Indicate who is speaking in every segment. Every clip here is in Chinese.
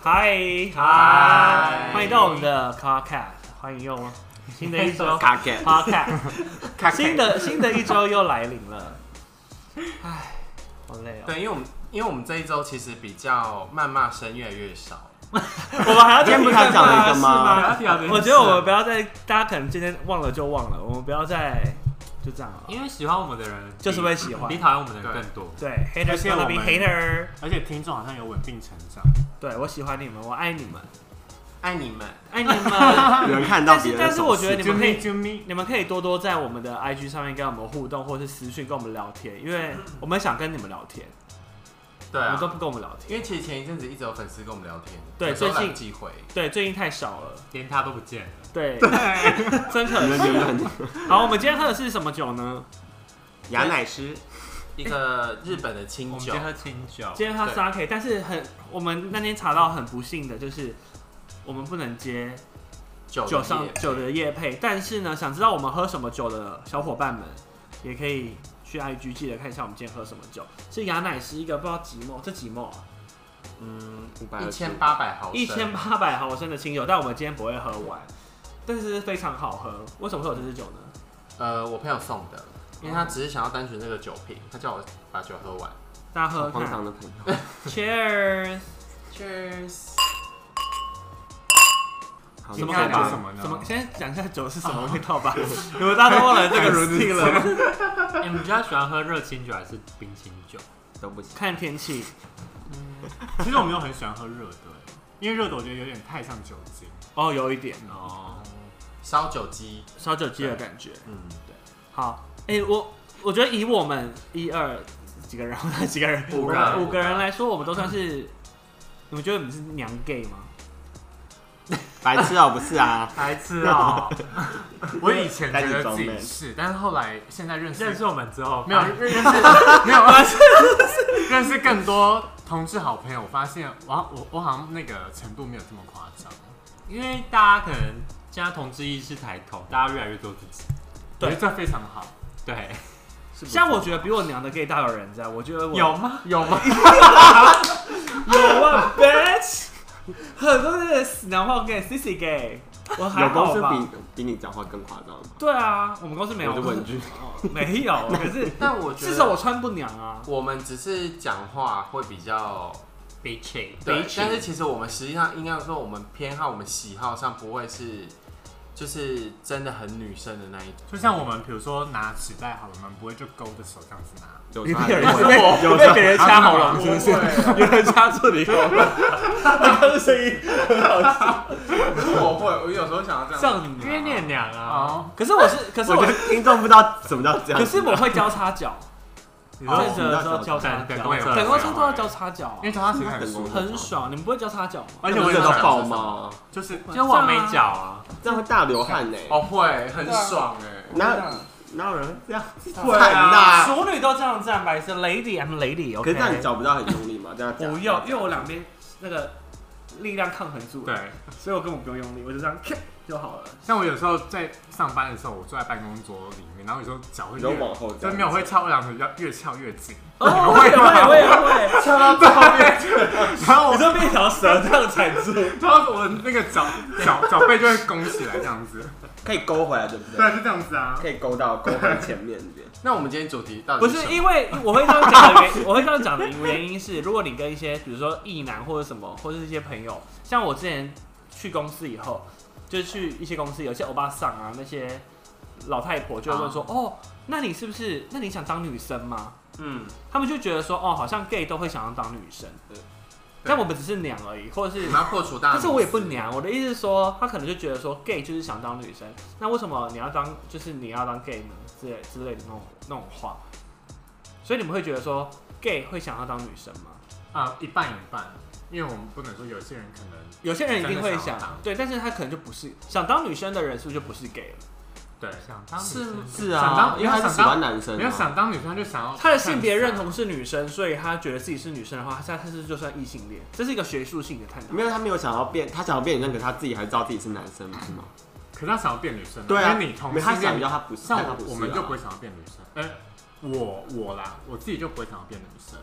Speaker 1: 嗨嗨，欢迎到我们的 Carcat，欢迎用新的一周
Speaker 2: 卡卡
Speaker 1: Carcat，
Speaker 2: 卡
Speaker 1: 新的新的一周又来临了，唉，好累哦。
Speaker 2: 对，因为我们因为我们这一周其实比较谩骂声越来越少，
Speaker 1: 我们还要
Speaker 3: 今天不是还讲了一个吗
Speaker 1: 是
Speaker 2: 还要讲了一个
Speaker 1: 我觉得我们不要再，大家可能今天忘了就忘了，我们不要再就这样了。
Speaker 4: 因为喜欢我们的人比
Speaker 1: 就是会喜欢
Speaker 4: 比讨厌我们的人更多。
Speaker 1: 对
Speaker 3: 而
Speaker 1: ，haters
Speaker 3: 且我
Speaker 1: gonna
Speaker 3: 们
Speaker 1: be hater。
Speaker 3: 而且听众好像有稳定成长，
Speaker 1: 对我喜欢你们，我爱你们，
Speaker 2: 爱你们，
Speaker 1: 爱你们。
Speaker 3: 有人看到
Speaker 1: 但
Speaker 3: 别
Speaker 1: 是
Speaker 3: 人的
Speaker 1: 但是我
Speaker 3: 手
Speaker 1: 觉得
Speaker 3: 势
Speaker 1: 你们可
Speaker 3: 啾
Speaker 1: 以
Speaker 3: 咪啾咪
Speaker 1: 你们可以多多在我们的 IG 上面跟我们互动，或是私讯跟我们聊天，因为我们想跟你们聊天，
Speaker 2: 对
Speaker 1: 你们
Speaker 2: 啊
Speaker 1: 都，不跟我们聊天。
Speaker 2: 因为其实前一阵子一直有粉丝跟我们聊天，
Speaker 1: 对
Speaker 2: 有时候
Speaker 1: 最近
Speaker 2: 来不及回，
Speaker 1: 对，最近太少了，
Speaker 4: 连他都不见了，
Speaker 1: 对，
Speaker 3: 对，
Speaker 1: 真
Speaker 3: 你
Speaker 1: 可
Speaker 3: 们觉
Speaker 1: 惜。
Speaker 3: 得很
Speaker 1: 好，我们今天喝的是什么酒呢？
Speaker 3: 雅乃诗，
Speaker 2: 一个日本的
Speaker 4: 我
Speaker 2: 清
Speaker 4: 们
Speaker 2: 酒
Speaker 4: 先，喝清酒。
Speaker 1: 今天喝
Speaker 2: 对
Speaker 1: sake，但是很，我们那天查到很不幸的就是，我们不能接
Speaker 2: 酒
Speaker 1: 酒
Speaker 2: 的
Speaker 1: 上
Speaker 2: 夜
Speaker 1: 酒的夜配。但是呢，想知道我们喝什么酒的小伙伴们，也可以去 IG 记得看一下我们今天喝什么酒。是雅乃是一个不知道几墨，这几墨啊，
Speaker 2: 嗯，
Speaker 3: 五百
Speaker 2: 一千八百毫升，
Speaker 1: 一千八百毫升的清酒，但我们今天不会喝完，但是非常好喝。为什么会有这支酒呢？
Speaker 2: 呃，我朋友送的，因为他只是想要单纯这个酒瓶，他叫我把酒喝完
Speaker 1: 大家喝喝
Speaker 3: 荒
Speaker 1: 看
Speaker 3: 唐的朋友，
Speaker 1: ，Cheers！
Speaker 2: ，Cheers，
Speaker 3: 好
Speaker 1: 什么
Speaker 3: 那
Speaker 1: 味
Speaker 3: 我
Speaker 1: 道？
Speaker 3: 就什么
Speaker 1: 啊什么？先讲一下酒是什么味道吧，因为大家都忘了这个 routine 了。
Speaker 4: 哎你们比较喜欢喝热清酒还是冰清酒？
Speaker 3: 都不行，
Speaker 1: 看天气，
Speaker 3: 其实我没有很喜欢喝热的，
Speaker 5: 欸
Speaker 3: 因为热的我觉得有点太像酒精，
Speaker 1: 哦，有一点
Speaker 4: 哦，
Speaker 2: 烧酒鸡，
Speaker 1: 烧酒鸡的感觉。
Speaker 2: 嗯，
Speaker 1: 好，哎、我我觉得以我们一二几个人，几个人，
Speaker 2: 五个
Speaker 1: 我
Speaker 2: 人
Speaker 1: 们五个人来说，我们都算是，你们觉得你们是娘 gay 吗？
Speaker 3: 白痴哦，不是 啊，
Speaker 4: 白痴 哦！
Speaker 2: 我以前觉得自己是，但是后来现在认识
Speaker 4: 认识我们之后，
Speaker 2: 没有
Speaker 4: 发现
Speaker 2: 认识没有认识更多同志好朋友，我发现我好我我好像那个程度没有这么夸张。
Speaker 4: 因为大家可能现在同志意识抬头，大家越来越做自己。
Speaker 1: 对
Speaker 2: 我觉得这非常好。
Speaker 4: 对，
Speaker 3: 是不是
Speaker 1: 像我觉得比我娘的 gay 大有人在，我觉得我
Speaker 4: 有吗？
Speaker 2: 有吗？
Speaker 1: 有啊，bitch，很多那个死娘炮 gay、sissy gay，我还
Speaker 3: 有
Speaker 1: 好
Speaker 3: 公司
Speaker 1: 吧？
Speaker 3: 比比你讲话更夸张吧，
Speaker 1: 对啊，我们公司没有，
Speaker 3: 我就问句，
Speaker 1: 哦没有，可是
Speaker 2: 但我觉
Speaker 1: 至少我
Speaker 2: 得
Speaker 1: 穿不娘啊。
Speaker 2: 我们只是讲话会比较
Speaker 4: 被 c
Speaker 2: 对
Speaker 1: 悲，情
Speaker 2: 但是其实我们实际上应该说，我们偏好、我们喜好上不会是就是真的很女生的那一种。
Speaker 5: 就像我们比如说拿纸袋好了，我们不会就勾着手这样子拿，
Speaker 3: 有
Speaker 1: 你
Speaker 3: 时候
Speaker 1: 被
Speaker 3: 还是
Speaker 1: 有人被
Speaker 3: 会
Speaker 1: 有被别人掐喉咙，是不是？有人掐住你喉咙，他刚声音
Speaker 2: 我会，我有时候想要这
Speaker 1: 像你
Speaker 4: 因为念娘啊，
Speaker 5: 哦，
Speaker 1: 可是我是，可是
Speaker 3: 我
Speaker 1: 我
Speaker 3: 觉，得听众不知道什么叫这样，
Speaker 1: 可是我会交叉脚。你
Speaker 3: 说
Speaker 1: 站着的时候交叉脚，
Speaker 4: 等
Speaker 1: 等
Speaker 4: 等
Speaker 1: 等公车都要交叉脚
Speaker 5: 因，为脚踏实地
Speaker 3: 很
Speaker 5: 很舒服，
Speaker 1: 很爽。你们不会交叉脚吗？
Speaker 3: 而且我热到爆毛，
Speaker 5: 就是
Speaker 4: 就往眉角啊，
Speaker 3: 这样会大流汗呢，
Speaker 2: 哦，会很
Speaker 1: 啊
Speaker 2: 爽哎、
Speaker 3: 哪哪有人会这样？
Speaker 2: 会
Speaker 3: 惨啊呐，
Speaker 1: 熟女都这样站，白色 lady，I'm lady，OK。
Speaker 3: 可是这样你找不到很用力嘛，这样夹
Speaker 1: 不用，因为我两边那个力量抗衡住，，
Speaker 5: 对，
Speaker 1: 所以我根本不用用力，我就这样就好了。
Speaker 5: 像我有时候在上班的时候，我坐在办公桌里面，然后有时候脚会
Speaker 3: 你就
Speaker 5: 越，
Speaker 3: 往后这
Speaker 5: 就
Speaker 3: 样
Speaker 5: 没 有会翘二郎腿，要越翘越紧，
Speaker 1: 哦， 我也会，我也会，
Speaker 3: 翘到最后面，
Speaker 5: 然
Speaker 1: 你
Speaker 5: 后我，
Speaker 1: 就变一条蛇这样缠住。
Speaker 5: 然后我那个脚脚脚背就会弓起来这样子，
Speaker 3: 可以勾回来，对不对？
Speaker 5: 对，就这样子啊，
Speaker 3: 可以勾到勾回前面这边。
Speaker 2: 那我们今天主题到
Speaker 1: 不
Speaker 2: 底什
Speaker 1: 是
Speaker 2: 么？
Speaker 1: 因为我会这样讲的原，我会这样讲的原因是，如果你跟一些比如说异男或者什么，或者是一些朋友，像我之前去公司以后，就是去一些公司，有些欧巴桑啊那些老太婆就会问说，哦，那你是不是？那你想当女生吗？
Speaker 2: 嗯，
Speaker 1: 他们就觉得说，哦，好像 gay 都会想要当女生
Speaker 3: 对，
Speaker 1: 但我们只是娘而已，或者是
Speaker 2: 你们要破除
Speaker 1: 但
Speaker 2: 大家的迷思。
Speaker 1: 是我也不娘，我的意思是说，他可能就觉得说 gay 就是想当女生，那为什么你要当就是你要当 gay 呢？之类之类的那种那种话，所以你们会觉得说 gay 会想要当女生吗？
Speaker 5: 啊，一半一半，因为我们不能说有些人可能
Speaker 1: 有些人一定会
Speaker 5: 真的想
Speaker 1: 想
Speaker 5: 要当，
Speaker 1: 对，但是他可能就不是想当女生的人，是不是就不是 gay 了？
Speaker 5: 对，
Speaker 4: 想当女
Speaker 2: 是
Speaker 4: 生
Speaker 3: 是
Speaker 5: 想
Speaker 3: 啊，
Speaker 5: 当
Speaker 3: 因为他是喜欢男生、
Speaker 5: 没有，想当女生就想要
Speaker 1: 他的性别认同是女生，所以他觉得自己是女生的话，他他是不是就算异性恋？这是一个学术性的探讨。
Speaker 3: 没有他没有想要变，他想要变女生，可是他自己还知道自己是男生，不是吗？
Speaker 5: 可是他想要变女生啊，
Speaker 3: 对啊，
Speaker 5: 因为你同
Speaker 3: 没有他
Speaker 5: 性
Speaker 3: 想
Speaker 5: 恋
Speaker 3: 要他不是，
Speaker 5: 像
Speaker 3: 但他
Speaker 5: 我
Speaker 3: 不是、啊，
Speaker 5: 我们就不会想要变女生，哎、我我啦，我自己就不会想要变女生，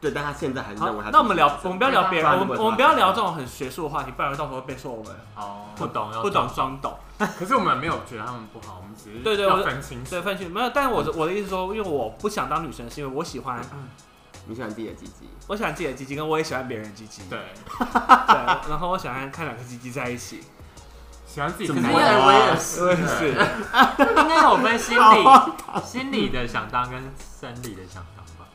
Speaker 3: 对，但他现在还是
Speaker 1: 好
Speaker 3: 认为他。，
Speaker 1: 那我们聊，我们不要聊别人，
Speaker 3: 不然
Speaker 1: 我
Speaker 3: 不会
Speaker 1: 们
Speaker 3: 吧
Speaker 1: 我们不要聊这种很学术的话题，不然到时候被说我们
Speaker 6: 哦，
Speaker 5: 不懂要
Speaker 1: 不懂装懂。
Speaker 6: 可是我们没有觉得他们不好，我们只是
Speaker 1: 对对
Speaker 6: 要
Speaker 1: 我
Speaker 6: 分清楚。
Speaker 1: 对，分析没有，但我的我的意思说，因为我不想当女生，是因为我喜欢，
Speaker 3: 你喜欢自己的鸡鸡，
Speaker 1: 我喜欢自己的鸡鸡，跟我也喜欢别人的鸡鸡。对，
Speaker 6: 对，
Speaker 1: 然后我喜欢看两个鸡鸡在一起。
Speaker 6: 喜欢自己
Speaker 3: 怎
Speaker 6: 看
Speaker 3: 么
Speaker 6: 起来，
Speaker 3: 会啊
Speaker 6: 也
Speaker 1: 我也是，
Speaker 5: 应该有分心
Speaker 3: 啊
Speaker 5: 理，心理的想当跟生理的想当吧。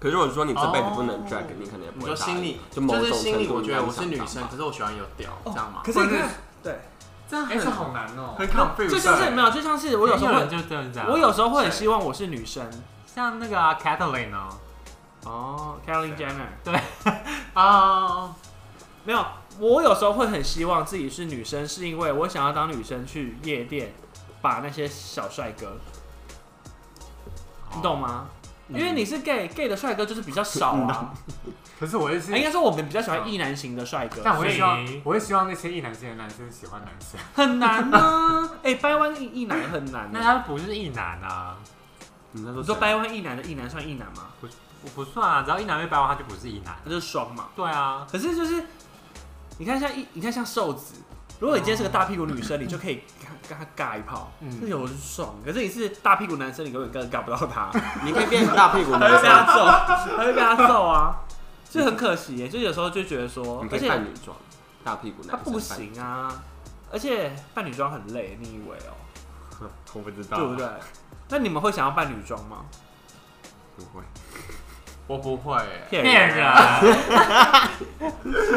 Speaker 3: 可是我说你这辈子不能 drag，、你可能也不
Speaker 2: 你
Speaker 3: 会答应。
Speaker 2: 说心理，
Speaker 3: 就某种
Speaker 2: 是心理，
Speaker 3: 程度
Speaker 2: 我觉得
Speaker 3: 影
Speaker 2: 我
Speaker 3: 响
Speaker 2: 是女
Speaker 3: 到
Speaker 2: 生，
Speaker 3: 吧
Speaker 2: 可是我喜欢有屌，这样吗？
Speaker 1: 哦可是你
Speaker 6: 或者
Speaker 1: 看
Speaker 6: 是，
Speaker 1: 对，
Speaker 2: 这样
Speaker 6: 哎，这好难哦。
Speaker 2: 很 confused，
Speaker 1: 就像是没有，就像是我有时候
Speaker 5: 人
Speaker 1: 会，
Speaker 5: 就这样子啊。
Speaker 1: 我有时候会很希望我是女生。
Speaker 5: 像那个啊 Catalina 哦
Speaker 1: 哦 c a r o l i n Jenner，
Speaker 5: 哦，
Speaker 1: 没有，我有时候会很希望自己是女生，是因为我想要当女生去夜店把那些小帅哥，
Speaker 5: 哦
Speaker 1: 你懂吗？因为你是 gay，gay 的帅哥就是比较少啊，
Speaker 6: 可是我
Speaker 5: 嗯
Speaker 6: 也是
Speaker 1: 哎应，该说我们比较喜欢异男型的帅哥，
Speaker 6: 但我也希望
Speaker 5: 所以，
Speaker 6: 我也希望那些异男性的男生喜欢男生。
Speaker 1: 很难呢。 哎，掰弯异异男很难
Speaker 5: 啊那
Speaker 1: 呢。
Speaker 5: 他不是异男啊，
Speaker 3: 你在
Speaker 1: 你
Speaker 3: 说
Speaker 1: 说
Speaker 3: 谁
Speaker 1: 掰弯异男的异男算异男吗？
Speaker 5: 我不算啊，只要一男被掰弯，他就不是异男。
Speaker 1: 那就是双嘛。
Speaker 5: 对啊，
Speaker 1: 可是就是，你看像一，你看像瘦子，如果你今天是个大屁股女生，你就可以跟他跟他尬一炮，
Speaker 5: 嗯
Speaker 1: 这有爽。可是你是大屁股男生，你永远跟尬不到他，
Speaker 3: 你可以变成大屁股
Speaker 1: 他 会
Speaker 3: 男
Speaker 1: 被他
Speaker 3: 生，
Speaker 1: 揍，他会被他揍啊，就很可惜耶。就有时候就觉得说
Speaker 3: 你，可
Speaker 1: 而
Speaker 3: 以
Speaker 1: 且
Speaker 3: 扮女装，大屁股男
Speaker 1: 他
Speaker 3: 生
Speaker 1: 不，行啊，而且扮女装很累，你以为哦、
Speaker 3: 扮我不知
Speaker 2: 啊
Speaker 3: 道，啊
Speaker 1: 对不对？那你们会想要扮女装吗？
Speaker 3: 不会，
Speaker 2: 我不会欸，
Speaker 1: 骗
Speaker 5: 骗
Speaker 1: 人！啊
Speaker 5: 人，啊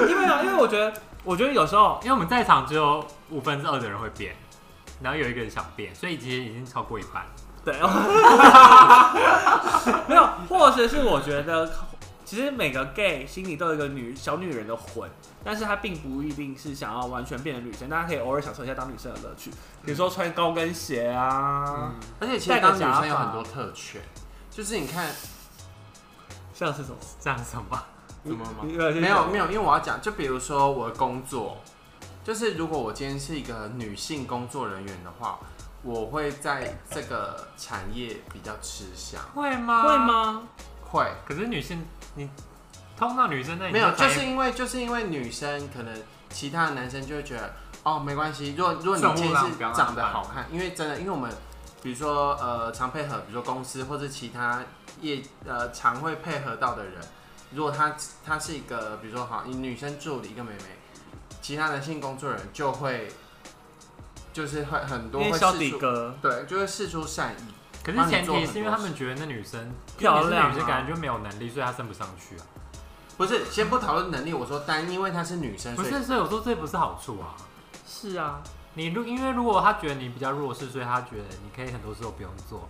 Speaker 1: 因为啊，因为我觉得，我觉得有时候
Speaker 5: 因为我们在场只有五分之二的人会变，然后有一个人想变，所以其实已经超过一半。
Speaker 1: 对， 没有，或者是我觉得，其实每个 gay 心里都有一个女小女人的魂，但是他并不一定是想要完全变成女生，大家可以偶尔享受一下当女生的乐
Speaker 2: 嗯
Speaker 1: 趣，比如说穿高跟鞋啊，
Speaker 2: 而且其实当女生有很多特权，就是你看
Speaker 1: 像是什么？
Speaker 5: 这样什么？
Speaker 2: 怎么了吗？
Speaker 1: 你有
Speaker 2: 没有没有，因为我要讲，就比如说我的工作，就是如果我今天是一个女性工作人员的话，我会在这个产业比较吃香。
Speaker 5: 会吗？
Speaker 1: 会？吗？
Speaker 2: 会，
Speaker 5: 可是女性，你通到女生那你
Speaker 2: 没有，
Speaker 5: 反
Speaker 2: 就
Speaker 5: 应
Speaker 2: 是因为就是因为女生可能其他的男生就会觉得哦没关系，如果如果你
Speaker 6: 送
Speaker 2: 今
Speaker 6: 物
Speaker 2: 天
Speaker 6: 啦
Speaker 2: 是
Speaker 6: 不要麻
Speaker 2: 长得
Speaker 6: 烦
Speaker 2: 好看，因为真的因为我们比如说呃常配合，比如说公司或者其他业呃常会配合到的人，如果她她是一个比如说好女生助理一个妹妹，其他男性工作人员就会就是会很
Speaker 1: 因
Speaker 2: 多
Speaker 1: 为
Speaker 2: 会
Speaker 1: 小
Speaker 2: 试
Speaker 1: 底
Speaker 2: 出
Speaker 1: 哥
Speaker 2: 对，就会试出善意。
Speaker 5: 可
Speaker 2: 帮
Speaker 5: 是
Speaker 2: 你
Speaker 5: 前
Speaker 2: 做
Speaker 5: 提
Speaker 2: 很
Speaker 5: 是因为
Speaker 2: 多
Speaker 5: 他们觉得那女生
Speaker 1: 漂亮啊
Speaker 5: 女生感觉就没有能力，所以她升不上去啊。
Speaker 2: 不是，先不讨论能力，我说单因为她是女生，
Speaker 5: 不
Speaker 2: 所以
Speaker 5: 是，所以我说这不是好处啊。
Speaker 1: 是啊，
Speaker 5: 你如因为如果她觉得你比较弱势，所以她觉得你可以很多事都不用做。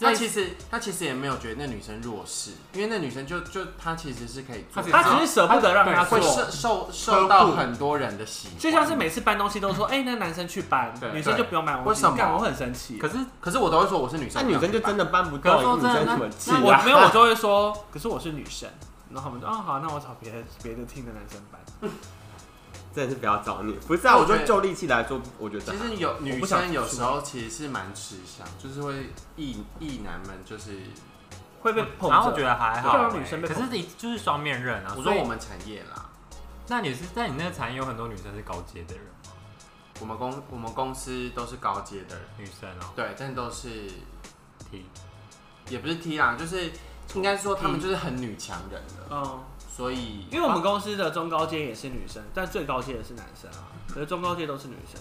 Speaker 2: 他
Speaker 5: 这
Speaker 2: 其实他其实也没有觉得那女生弱势，因为那女生就就她其实是可以
Speaker 6: 她，
Speaker 2: 做
Speaker 6: 其实
Speaker 1: 他只是舍不得让他
Speaker 2: 会
Speaker 1: 做。
Speaker 2: 受受受到很多人的喜欢。
Speaker 1: 就像是，每次搬东西都说，哎、那男生去搬，
Speaker 6: 对
Speaker 1: 女生就不用买我东西。
Speaker 2: 为什么
Speaker 1: 干我会很生气。
Speaker 5: 可是
Speaker 2: 可是我都会说我是女
Speaker 3: 那
Speaker 2: 生，
Speaker 3: 女生就真
Speaker 2: 的
Speaker 3: 的搬不
Speaker 5: 可
Speaker 3: 动，
Speaker 5: 是说
Speaker 3: 女
Speaker 5: 真
Speaker 3: 生
Speaker 5: 的那
Speaker 3: 怎么气
Speaker 5: 那
Speaker 1: 我
Speaker 3: 啊？
Speaker 1: 没有，我就会说，可是我是女生，然后他们就啊好，那我找别的别的厅的男生班。
Speaker 3: 真的是不要找你，不是啊，
Speaker 2: 我
Speaker 3: 我
Speaker 2: 觉
Speaker 3: 就
Speaker 2: 得
Speaker 3: 就力气来说，啊我觉得
Speaker 2: 其实有
Speaker 1: 我
Speaker 2: 女
Speaker 1: 不想
Speaker 2: 生有时候其实是蛮吃香，就是会异异男们就是
Speaker 1: 会被捧着。
Speaker 5: 嗯然后我觉得还
Speaker 1: 就
Speaker 5: 好
Speaker 1: 让女生被
Speaker 5: 欸，可
Speaker 1: 捧
Speaker 5: 是你就是双面刃啊。
Speaker 2: 我
Speaker 5: 所
Speaker 2: 说
Speaker 5: 以
Speaker 2: 我们产业啦，
Speaker 5: 那你是在你那个产业有很多女生是高阶的人吗，
Speaker 2: 我们公我们公司都是高阶的人，
Speaker 5: 女生哦
Speaker 2: 对，但都是
Speaker 5: ，T
Speaker 2: 也不是 T 啦，就是应该说他们就是很女强人的，
Speaker 1: 嗯，
Speaker 2: 所以
Speaker 1: 因为我们公司的中高阶也是女生，但最高阶的是男生啊，可是中高阶都是女生。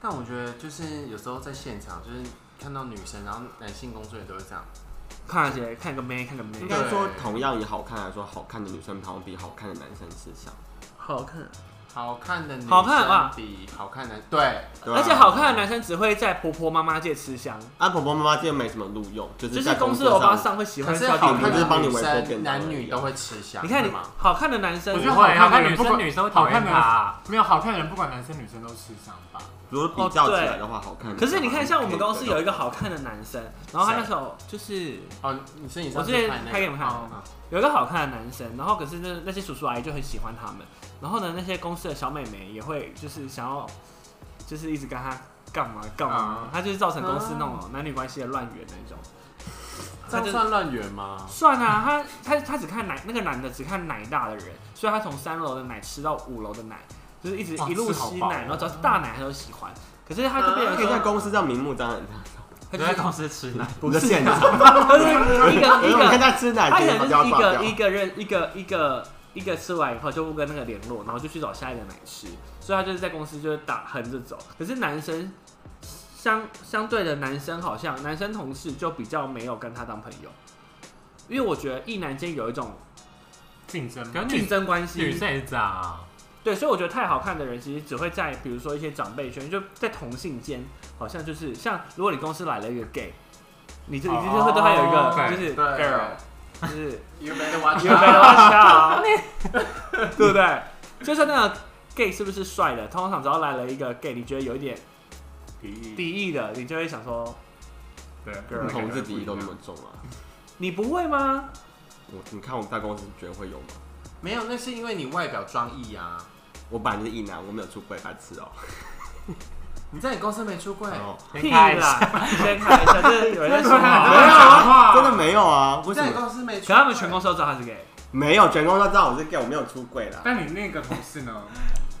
Speaker 2: 但我觉得就是有时候在现场，就是看到女生，然后男性工作人员都会这样。
Speaker 1: 看姐看个妹，看个妹
Speaker 3: 应，该说
Speaker 2: 对
Speaker 3: 同样以好看来说，好看的女生好像比好看的男生吃香，
Speaker 1: 好看。
Speaker 2: 好看的女
Speaker 1: 好看啊
Speaker 2: 生比好看的对，
Speaker 3: 对啊
Speaker 1: 而且好看的男生只会在婆婆妈妈界吃香，
Speaker 3: 啊，婆婆妈妈今天没什么录用，就
Speaker 1: 就是是
Speaker 3: 在
Speaker 1: 公司
Speaker 3: 作
Speaker 1: 欧巴
Speaker 3: 上
Speaker 1: 上会喜
Speaker 2: 可
Speaker 1: 欢
Speaker 2: 是
Speaker 1: 小
Speaker 2: 好
Speaker 1: 弟
Speaker 3: 看就
Speaker 2: 看
Speaker 1: 弟
Speaker 3: 是帮你
Speaker 2: 的女
Speaker 3: 微波
Speaker 2: 生
Speaker 3: 便当而
Speaker 2: 男
Speaker 3: 已
Speaker 2: 女都会吃香，
Speaker 1: 你看
Speaker 2: 对
Speaker 1: 你
Speaker 2: 吗？
Speaker 1: 好看的男生
Speaker 6: 我觉得
Speaker 5: 不会，好
Speaker 6: 好看
Speaker 5: 看
Speaker 6: 的
Speaker 5: 女
Speaker 6: 人不
Speaker 5: 生
Speaker 6: 管
Speaker 5: 女生会
Speaker 6: 好
Speaker 5: 讨厌
Speaker 6: 看的
Speaker 5: 她。啊
Speaker 6: 人没有好看的人，不管男生女生都吃香吧。
Speaker 3: 如果比较起来的话，好看。
Speaker 1: 哦可是你看，像我们公司有一个好看的男生，然后他那时候就是
Speaker 2: 哦，你是你
Speaker 1: 我
Speaker 2: 上
Speaker 1: 之
Speaker 2: 次
Speaker 1: 前
Speaker 2: 拍那
Speaker 1: 拍给
Speaker 2: 个
Speaker 1: 你们看的，
Speaker 2: 哦
Speaker 1: 有一个好看的男生，然后可是那那些叔叔阿姨就很喜欢他们，然后呢，那些公司的小妹妹也会就是想要，就是一直跟他干嘛干嘛，他就是造成公司那种男女关系的乱源的那种。
Speaker 2: 这
Speaker 1: 他
Speaker 2: 样
Speaker 1: 就
Speaker 2: 算乱源吗？
Speaker 1: 算啊，他他他只看奶，那个男的只看奶大的人，所以他从三楼的奶吃到五楼的奶，就是一直
Speaker 6: 哇
Speaker 1: 一路
Speaker 6: 吃好
Speaker 1: 吸
Speaker 6: 饱
Speaker 1: 奶，然后只要是大奶他都喜欢。可是他就变
Speaker 3: 他
Speaker 1: 成
Speaker 3: 可以在
Speaker 1: 说，
Speaker 3: 公司这样明目张胆地，
Speaker 1: 他就
Speaker 5: 在
Speaker 1: 是
Speaker 5: 公司啊吃奶，
Speaker 3: 不是现场，
Speaker 1: 他就是一 啊个一
Speaker 3: 你看
Speaker 1: 个，
Speaker 3: 他吃奶，
Speaker 1: 他可
Speaker 3: 直接把
Speaker 1: 能就是
Speaker 3: 掉
Speaker 1: 一
Speaker 3: 爆掉
Speaker 1: 个一个人一个一个一个吃完以后就不跟那个联络，然后就去找下一个奶吃，所以他就是在公司就是打横着走。可是男生相相对的男生好像男生同事就比较没有跟他当朋友，因为我觉得一男间有一种
Speaker 6: 竞争
Speaker 5: 可是
Speaker 1: 竞
Speaker 5: 女
Speaker 1: 争关系，
Speaker 5: 女生也是这样啊，
Speaker 1: 对，所以我觉得太好看的人，其实只会在比如说一些长辈圈，就在同性间，好像就是像如果你公司来了一个 gay，你就你就会对他有一个
Speaker 5: 哦
Speaker 1: 就是
Speaker 2: 对
Speaker 1: girl，就是
Speaker 2: You better watch
Speaker 1: you better
Speaker 2: out！
Speaker 1: watch out，对不对？就是那个 gay 是不是帅的？通常只要来了一个 gay，你觉得有一点敌意的，你就会想说，
Speaker 6: 对，
Speaker 1: girl
Speaker 3: 同志敌意都那么重啊！
Speaker 1: 你不会吗？
Speaker 3: 我你看我们在公司觉得会有吗？
Speaker 2: 没有，那是因为你外表装异啊。
Speaker 3: 我本来就是一男，我没有出轨，白 痴哦。
Speaker 2: 你在你公司没出柜，
Speaker 3: 哦
Speaker 1: 屁啦，先看一下，就是有人 在说
Speaker 6: 没
Speaker 1: 他，
Speaker 6: 有啊，
Speaker 3: 真的没有啊？为什
Speaker 2: 你在你
Speaker 3: 么？
Speaker 2: 公司没出
Speaker 1: 可
Speaker 2: 柜，
Speaker 1: 他们全公司都知道他是 gay，
Speaker 3: 没有，全公司都知道我是 gay，我没有出轨啦。
Speaker 6: 但你那个同事呢？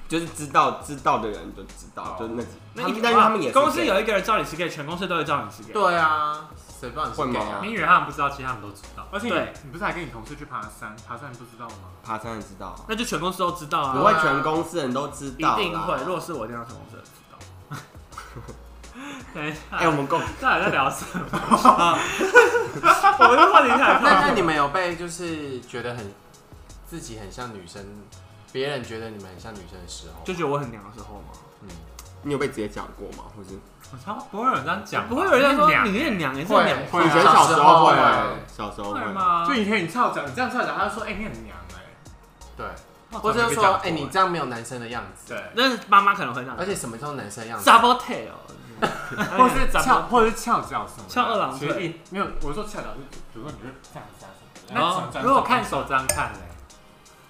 Speaker 3: 就是知道知道的人就知道，
Speaker 6: 哦
Speaker 3: 就是那几，
Speaker 1: 那一
Speaker 3: 但是他们也是
Speaker 1: 公司
Speaker 3: gay
Speaker 1: 有一个人知道你是 gay，全公司都会知道你是 gay。
Speaker 2: 对啊，谁不知道你
Speaker 3: 会
Speaker 2: 是 gay
Speaker 3: 吗
Speaker 2: 啊
Speaker 5: 你？以为他们不知道，其实他们都知道。
Speaker 6: 而且
Speaker 1: 对
Speaker 6: 你你不是还跟你同事去爬山？爬山你不知道吗？
Speaker 3: 爬山的知道啊，
Speaker 1: 那就全公司都知道
Speaker 3: 不
Speaker 1: 啊，
Speaker 3: 会全公司人都知
Speaker 1: 一
Speaker 3: 道啦
Speaker 1: 定会。如果是我这样全公司都知道。 等一下，
Speaker 3: 哎，我们公
Speaker 1: 这还在聊什 么？ 我们的话题太
Speaker 2: 那
Speaker 1: 高。
Speaker 2: 那你们有被就是觉得很自己很像女生，别人觉得你们很像女生的时候？嗯
Speaker 1: 就觉得我很娘的时候吗？
Speaker 3: 你有被直接讲过吗？或是你
Speaker 5: 我操，不会有人这样讲吧，
Speaker 1: 不会有人家说
Speaker 5: 娘啊
Speaker 1: 你有点娘，你是欸
Speaker 2: 会
Speaker 1: 娘
Speaker 2: 会啊
Speaker 3: 以前小时候
Speaker 2: 小时候
Speaker 3: 会，啊小时候
Speaker 5: 会
Speaker 3: 会，
Speaker 5: 吗？
Speaker 6: 就以前你翘脚，你这样翘脚，他就说：“哎、你很娘哎、
Speaker 2: 对，
Speaker 5: 我
Speaker 2: 或者
Speaker 5: 从来
Speaker 2: 是
Speaker 5: 没
Speaker 2: 说，
Speaker 5: 被讲过
Speaker 2: 哎、你这样没有男生的样子，
Speaker 6: 对，
Speaker 1: 但是妈妈可能会这样
Speaker 2: 而且什么叫男生的样子？
Speaker 1: double tail，
Speaker 6: 或者是翘，或者是翘脚什么的，
Speaker 1: 翘二郎腿
Speaker 6: 其实一没有，我说翘脚是，比如说你就是这样子啊什么的。
Speaker 5: 然
Speaker 1: 哦
Speaker 5: 后
Speaker 6: 那
Speaker 5: 如果看手这样看嘞，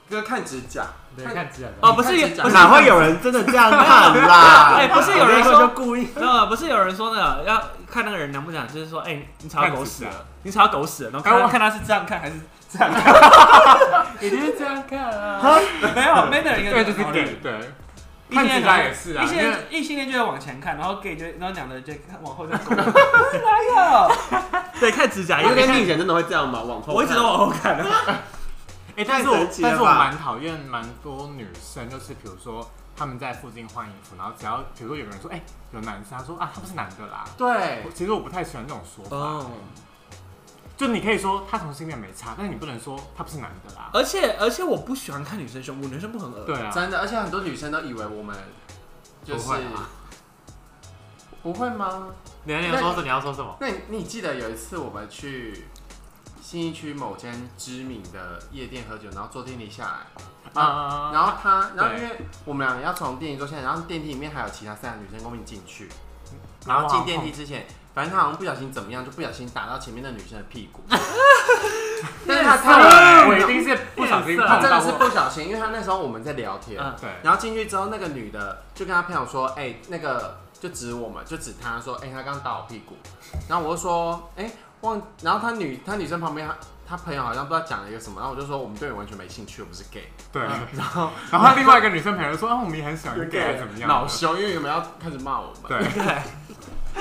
Speaker 2: 就是看指甲，
Speaker 5: 对，看自然的。
Speaker 1: 哦，不是有，
Speaker 2: 你看
Speaker 1: 不是
Speaker 3: 哪会有人真的这样看啦？
Speaker 1: 哎不是有人
Speaker 3: 我那时
Speaker 1: 说
Speaker 3: 候就故意，
Speaker 1: 知道吗？不是有人说那个要看那个人娘不娘，就是说，哎，你吵到狗屎了，你吵到狗屎了，啊然后看他看他是这样看还是这样看？
Speaker 5: 一定是这样看啊。
Speaker 1: 没有，manner 应该
Speaker 6: 对，就是
Speaker 1: 哦
Speaker 6: 对对，
Speaker 1: 异性
Speaker 6: 看
Speaker 1: 恋
Speaker 6: 起来也是啊
Speaker 1: 异性
Speaker 6: 因
Speaker 1: 恋
Speaker 6: 为
Speaker 1: 异性恋就会往前看，然后 gay 就然后两个就看往后就 拱，哪有？对，看指甲，因
Speaker 3: 因
Speaker 1: 为
Speaker 3: 为你以前真的会这样吗？往后
Speaker 1: 我一直都往后看的。
Speaker 6: 哎、但是
Speaker 3: 太
Speaker 6: 我
Speaker 3: 神奇了
Speaker 6: 但是我
Speaker 3: 吧
Speaker 6: 蛮讨厌蛮多女生，就是比如说他们在附近换衣服，然后只要比如说有个人说：“哎、有男生。”他说：“啊，他不是男的啦。
Speaker 2: 对
Speaker 6: 我，其实我不太喜欢这种说法，
Speaker 1: 哦，
Speaker 6: 就你可以说他同性恋没差，但是你不能说他不是男的啦。
Speaker 1: 而且而且我不喜欢看女生胸部，女生不很恶
Speaker 6: 对啊，
Speaker 2: 真的，而且很多女生都以为我们就是
Speaker 5: 不会啊
Speaker 2: 不会吗？
Speaker 5: 你要你要说什么？你要说什么？
Speaker 2: 那你你记得有一次我们去信义区某间知名的夜店喝酒，然后坐电梯下来，
Speaker 6: 啊、
Speaker 2: 然后他，然后
Speaker 6: 对
Speaker 2: 因为我们俩要从电梯坐下来，然后电梯里面还有其他三个女生跟我们一起进去，然后进电梯之前，反正他好像不小心怎么样，就不小心打到前面的女生的屁股，但是他他
Speaker 6: 我一定是不小心碰
Speaker 2: 他真
Speaker 6: 到
Speaker 2: 的是
Speaker 6: 过。
Speaker 2: 不小心，因为他那时候我们在聊天，
Speaker 1: 嗯
Speaker 6: 对，
Speaker 2: 然后进去之后，那个女的就跟她朋友说：“哎、那个就指我们，就指她说，哎、她刚打我屁股。”然后我就说：“哎、忘。”然后她女她女生旁边她她朋友好像不知道讲了一个什么，然后我就说：“我们对你完全没兴趣，我不是 gay。
Speaker 6: 对，然后然后另外一个女生朋友说啊，我们也很喜欢 gay 还是怎么”样的？
Speaker 2: 恼羞，因为你们要开始骂我们。
Speaker 6: 对，
Speaker 1: 对，啊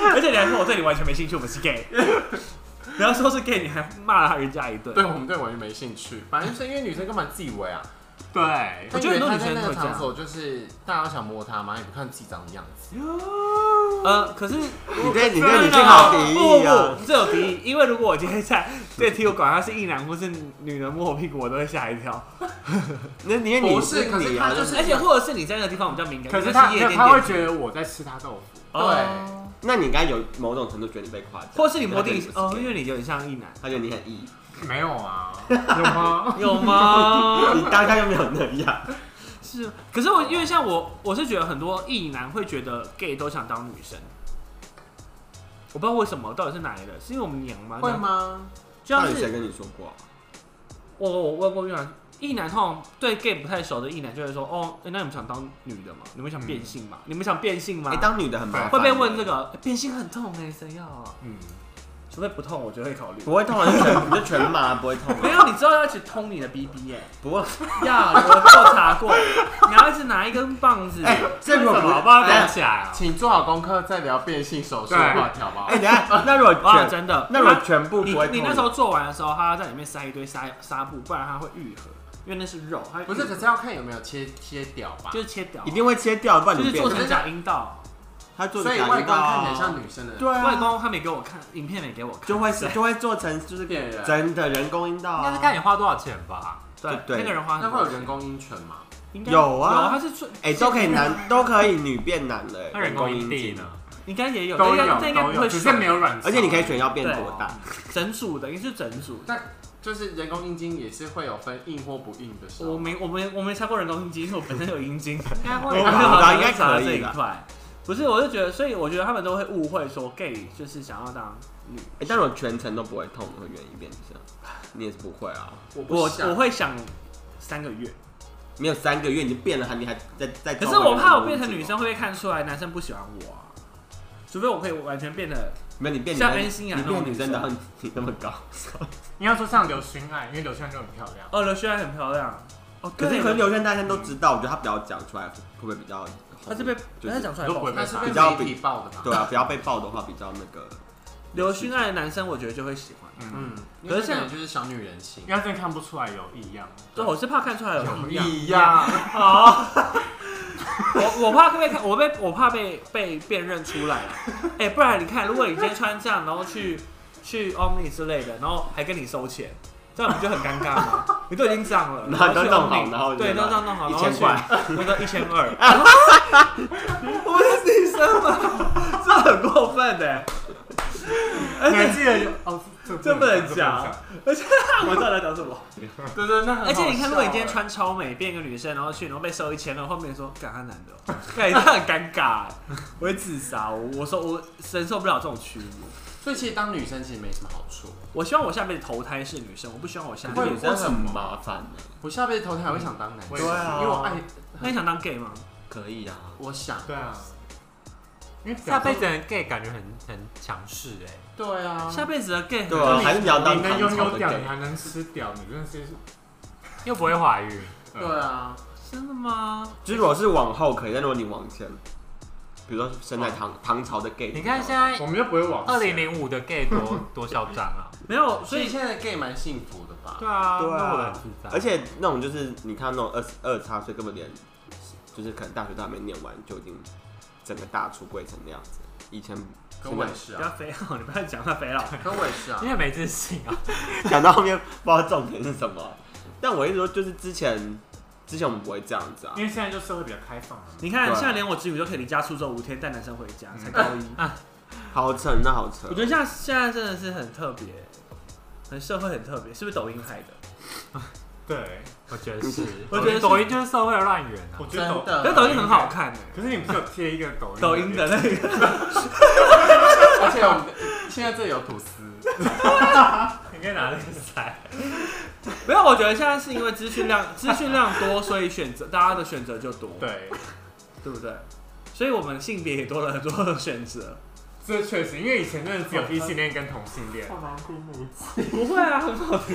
Speaker 1: 而且你还说我对你完全没兴趣，我们是 gay。你要说是 gay，你还骂了人家一顿。
Speaker 2: 对，我们对你完全没兴趣。反正就是因为女生根本自以为啊，
Speaker 6: 对，
Speaker 1: 我觉得很多
Speaker 2: 她以为她在
Speaker 1: 女生
Speaker 2: 那个
Speaker 1: 会这样
Speaker 2: 场所就是大家都想摸她嘛，也不看自己长的样子。
Speaker 1: 呃，可是
Speaker 3: 你对你对女性好敌意
Speaker 1: 不
Speaker 3: 啊！
Speaker 1: 哦不不，这有敌意，因为如果我今天在电梯，我管他是一男或是女的摸我屁股，我都会吓一跳。
Speaker 3: 那你因为
Speaker 2: 不
Speaker 3: 你
Speaker 2: 是，可是
Speaker 3: 你
Speaker 2: 她
Speaker 3: 啊，
Speaker 2: 就是，
Speaker 1: 而且或者是你在那个地方比较敏感，
Speaker 6: 可是
Speaker 1: 因为
Speaker 6: 他
Speaker 1: 夜店
Speaker 6: 他会
Speaker 1: 店
Speaker 6: 觉得我在吃他豆腐，
Speaker 1: 哦
Speaker 2: 对
Speaker 3: 那你应该有某种程度觉得你被夸奖，
Speaker 1: 或是你摸
Speaker 3: 对
Speaker 1: 地
Speaker 3: 对
Speaker 1: 哦，
Speaker 3: 对
Speaker 1: 因为你有点像一男，
Speaker 3: 他觉得你很异，
Speaker 6: 没有啊，有吗？
Speaker 1: 有吗？
Speaker 3: 你当下又没有那样，
Speaker 1: 是，可是我因为像我，我是觉得很多异男会觉得 gay 都想当女生，我不知道为什么，到底是哪来的？是因为我们娘吗？
Speaker 2: 啊会？吗？
Speaker 1: 就
Speaker 3: 到
Speaker 1: 像
Speaker 3: 底谁
Speaker 1: 是
Speaker 3: 跟你说过啊？
Speaker 1: 我我我问过异男，异男通常对 gay 不太熟的异男就会说，哦，那你们想当女的吗？你们想变性吗？你们想变性吗
Speaker 3: 哎，？当女的很麻烦，
Speaker 1: 会被问这个，欸变性很痛哎，谁要啊？
Speaker 6: 嗯，
Speaker 1: 除非不痛，我就会考虑。
Speaker 3: 不会痛啊，就全就全麻，不会痛
Speaker 1: 没
Speaker 3: 啊。
Speaker 1: 有，你知道要去通你的 BB 耶、
Speaker 3: 不啊过
Speaker 1: 要，我做查过，你要一直拿一根棒 子。
Speaker 3: 这个不
Speaker 7: 好吧，
Speaker 3: 哎
Speaker 7: 绑起来啊！
Speaker 2: 请做好功课再聊变性手术
Speaker 6: 对
Speaker 2: 话题好不好？
Speaker 3: 哎，等一下，那如果
Speaker 1: 啊哇，
Speaker 3: 全
Speaker 1: 真的，
Speaker 3: 那如果全部
Speaker 1: 你
Speaker 3: 不会痛，
Speaker 1: 你那时候做完的时候，它要在里面塞一堆纱纱布，不然它会愈合，因为那是肉，它会愈合
Speaker 2: 不是，可是要看有没有切切掉吧。
Speaker 1: 就是切掉，啊
Speaker 3: 一定会切掉，不然
Speaker 1: 就
Speaker 3: 你
Speaker 1: 是
Speaker 3: 变
Speaker 1: 做成假阴道。
Speaker 3: 他做
Speaker 2: 所
Speaker 3: 成
Speaker 2: 以
Speaker 3: 假
Speaker 2: 外
Speaker 3: 阴道
Speaker 2: 观看起来
Speaker 3: 啊，
Speaker 2: 像女生的，
Speaker 3: 对
Speaker 1: 外
Speaker 3: 啊，
Speaker 1: 公他没给我看，影片没给我看，
Speaker 3: 就会是就会做成就是
Speaker 2: 变人
Speaker 3: 真的人工阴道
Speaker 5: 应
Speaker 3: 啊，
Speaker 5: 该是看你花多少钱吧。
Speaker 1: 对
Speaker 3: 对
Speaker 1: 那个人花很
Speaker 2: 那会
Speaker 1: 多
Speaker 2: 有
Speaker 1: 钱，
Speaker 2: 人工阴唇吗？
Speaker 1: 应该
Speaker 3: 有啊
Speaker 1: 有他是最
Speaker 3: 哎、都可以 男，都可以女变男了、
Speaker 5: 那人工阴蒂
Speaker 3: 茎
Speaker 5: 呢？？
Speaker 1: 应该也有，
Speaker 7: 都
Speaker 1: 但应
Speaker 7: 有
Speaker 1: 该但应该
Speaker 7: 都
Speaker 1: 不会
Speaker 7: 有，只是没有软
Speaker 3: 而且你可以选要变多大，
Speaker 1: 整组的，应该是整组。
Speaker 2: 就是人工阴茎也是会有分硬或不硬的时
Speaker 1: 我
Speaker 2: 候。
Speaker 1: 没我没我没查过人工阴茎，因为我本身有阴茎，
Speaker 5: 应 该
Speaker 1: 我
Speaker 5: 会
Speaker 1: 没有
Speaker 5: 吧。
Speaker 1: 好像
Speaker 3: 应该
Speaker 1: 查
Speaker 3: 可
Speaker 1: 这
Speaker 3: 以
Speaker 1: 一
Speaker 3: 吧
Speaker 1: 块。不是，我就觉得，所以我觉得他们都会误会说 gay 就是想要当女，
Speaker 3: 哎、但我全程都不会痛，我会愿意变这样。你也是不会啊，
Speaker 2: 我不
Speaker 1: 我
Speaker 2: 想
Speaker 1: 我会想三个月，
Speaker 3: 没有三个月你就变了，还你还在在。
Speaker 1: 可是我怕我变成女生，会被看出来男生不喜欢我啊，除非我可以完全变得
Speaker 3: 没有你变女
Speaker 1: 像
Speaker 3: 生
Speaker 1: 安心亚
Speaker 3: 你
Speaker 1: 那种
Speaker 3: 变女生
Speaker 1: 女
Speaker 3: 然
Speaker 1: 生
Speaker 3: 后你你那么高，
Speaker 6: 你要说像刘勋爱，因为刘勋爱就很漂亮。
Speaker 1: 哦，刘轩然很漂亮，哦，
Speaker 3: 可是
Speaker 1: 对
Speaker 3: 可能刘轩大家都知道，我觉得他不要讲出来，会不会比较？
Speaker 1: 他是被
Speaker 3: 就
Speaker 1: 他
Speaker 3: 是
Speaker 1: 讲出来
Speaker 6: 都不会
Speaker 1: 爆
Speaker 2: 那
Speaker 1: 出来
Speaker 2: 是被
Speaker 3: 比较
Speaker 2: 媒体爆的吧？
Speaker 3: 对啊，不要被爆的话比较那个。
Speaker 1: 刘勋爱的男生，我觉得就会喜欢。
Speaker 6: 嗯，
Speaker 2: 嗯，
Speaker 1: 可
Speaker 2: 可
Speaker 1: 是
Speaker 2: 是
Speaker 1: 像
Speaker 2: 感觉就是小女人心
Speaker 6: 因。为他真的看不出来有异样。
Speaker 1: 对，我是怕看出来有异样。
Speaker 2: 一样，
Speaker 1: 好，我我怕被看，我被我怕被被辨认出来。哎、不然你看，如果你今天穿这样，然后去去 Omni 之类的，然后还跟你收钱，这样你就很尴尬嘛？你都已经这样了，
Speaker 3: 然后
Speaker 1: 去
Speaker 3: 都弄好
Speaker 1: Omni，
Speaker 3: 然后就
Speaker 1: 对，
Speaker 3: 拿
Speaker 1: 都这样弄好，
Speaker 3: 一
Speaker 1: 然后
Speaker 3: 千
Speaker 1: 去
Speaker 3: 块，
Speaker 1: 我都一千二， 我是女生吗？ 这很过分的、
Speaker 6: 你还记得有哦，这
Speaker 1: 这不能
Speaker 6: 这
Speaker 1: 讲 我知道你在讲什么。
Speaker 2: 对对，那很 好
Speaker 1: 而且你看，如
Speaker 2: 笑
Speaker 1: 果你今
Speaker 5: 欸
Speaker 1: 天穿超美，变一个女生，然后去，然后被收一千，然后后面说干他男的、 哦，干这很尴尬，我会自杀。我我说我承受不了这种屈辱。
Speaker 2: 所以其实当女生其实没什么好处。
Speaker 1: 我希望我下辈子投胎是女生，我不希望我下辈
Speaker 2: 会
Speaker 1: 子。
Speaker 3: 女生很麻烦的、
Speaker 2: 我下辈子投胎还会想当男生，
Speaker 6: 对啊
Speaker 2: 因为我爱，
Speaker 1: 那你想当 gay 吗？
Speaker 3: 可以啊，
Speaker 2: 我想，
Speaker 6: 对啊，因为
Speaker 5: 下辈子的 gay 感觉很很强势哎，
Speaker 2: 对啊，
Speaker 1: 下辈子的 gay
Speaker 3: 对啊，还是你要
Speaker 6: 你
Speaker 3: 当
Speaker 6: 能
Speaker 3: 唐
Speaker 6: 拥
Speaker 3: 朝
Speaker 6: 有
Speaker 3: 的
Speaker 6: 屌，
Speaker 3: gay
Speaker 6: 你。还能吃屌，你真的是
Speaker 5: 又不会怀孕，
Speaker 2: 对啊，
Speaker 1: 真的吗？
Speaker 3: 就是如果是往后可以，但如果你往前，比如说生在唐唐朝的 gay，
Speaker 5: 你看现
Speaker 3: 在
Speaker 1: 哎
Speaker 5: 在
Speaker 6: 我们又不会往
Speaker 1: 哦
Speaker 5: 二零零五的 gay 多 多嚣张啊！
Speaker 1: 没有，所
Speaker 2: 所以
Speaker 1: 以
Speaker 2: 现在 gay 蛮幸福的吧？
Speaker 5: 对啊，
Speaker 3: 对啊
Speaker 5: 那我很自在。
Speaker 3: 而且那种就是你看那种二十二十差岁根本连，就是可能大学都还没念完就已经整个大出柜成那样子。以前
Speaker 2: 可我也是
Speaker 1: 不要
Speaker 2: 啊，
Speaker 1: 肥佬，你不要讲他肥佬。
Speaker 2: 可我也是啊
Speaker 5: 你，也没自信啊，
Speaker 3: 讲到后面不知道重点是什么，但我一直说就是之前之前我们不会这样子啊
Speaker 6: 因，为现在就社会比较开放了。
Speaker 1: 你看，
Speaker 3: 对啊
Speaker 1: 现在连我侄女都可以离家出走五天带男生回家，才高一。
Speaker 3: 好扯那好扯
Speaker 1: 我觉，得现在现在真的是很特别，很社会很特别，是不是抖音害的？
Speaker 6: 对，
Speaker 5: 我觉得是，
Speaker 1: 我觉得是
Speaker 5: 抖音就是社会的乱源啊
Speaker 6: 我。觉得
Speaker 2: 真
Speaker 6: 抖，
Speaker 1: 可是
Speaker 2: 的，
Speaker 1: 抖音很好看欸
Speaker 6: 可是你不是有贴一个抖音
Speaker 1: 抖音的那个。
Speaker 2: 而且我们的现在这里有吐司，
Speaker 5: 你可以拿那个塞，
Speaker 1: 没有，我觉得现在是因为资讯量 资讯量多，所以选择大家的选择就多，
Speaker 6: 对，
Speaker 1: 对不对？所以我们性别也多了很多的选择。
Speaker 6: 这确实，因为以前真的只有异性恋跟同性恋，
Speaker 1: 不会啊，很好听。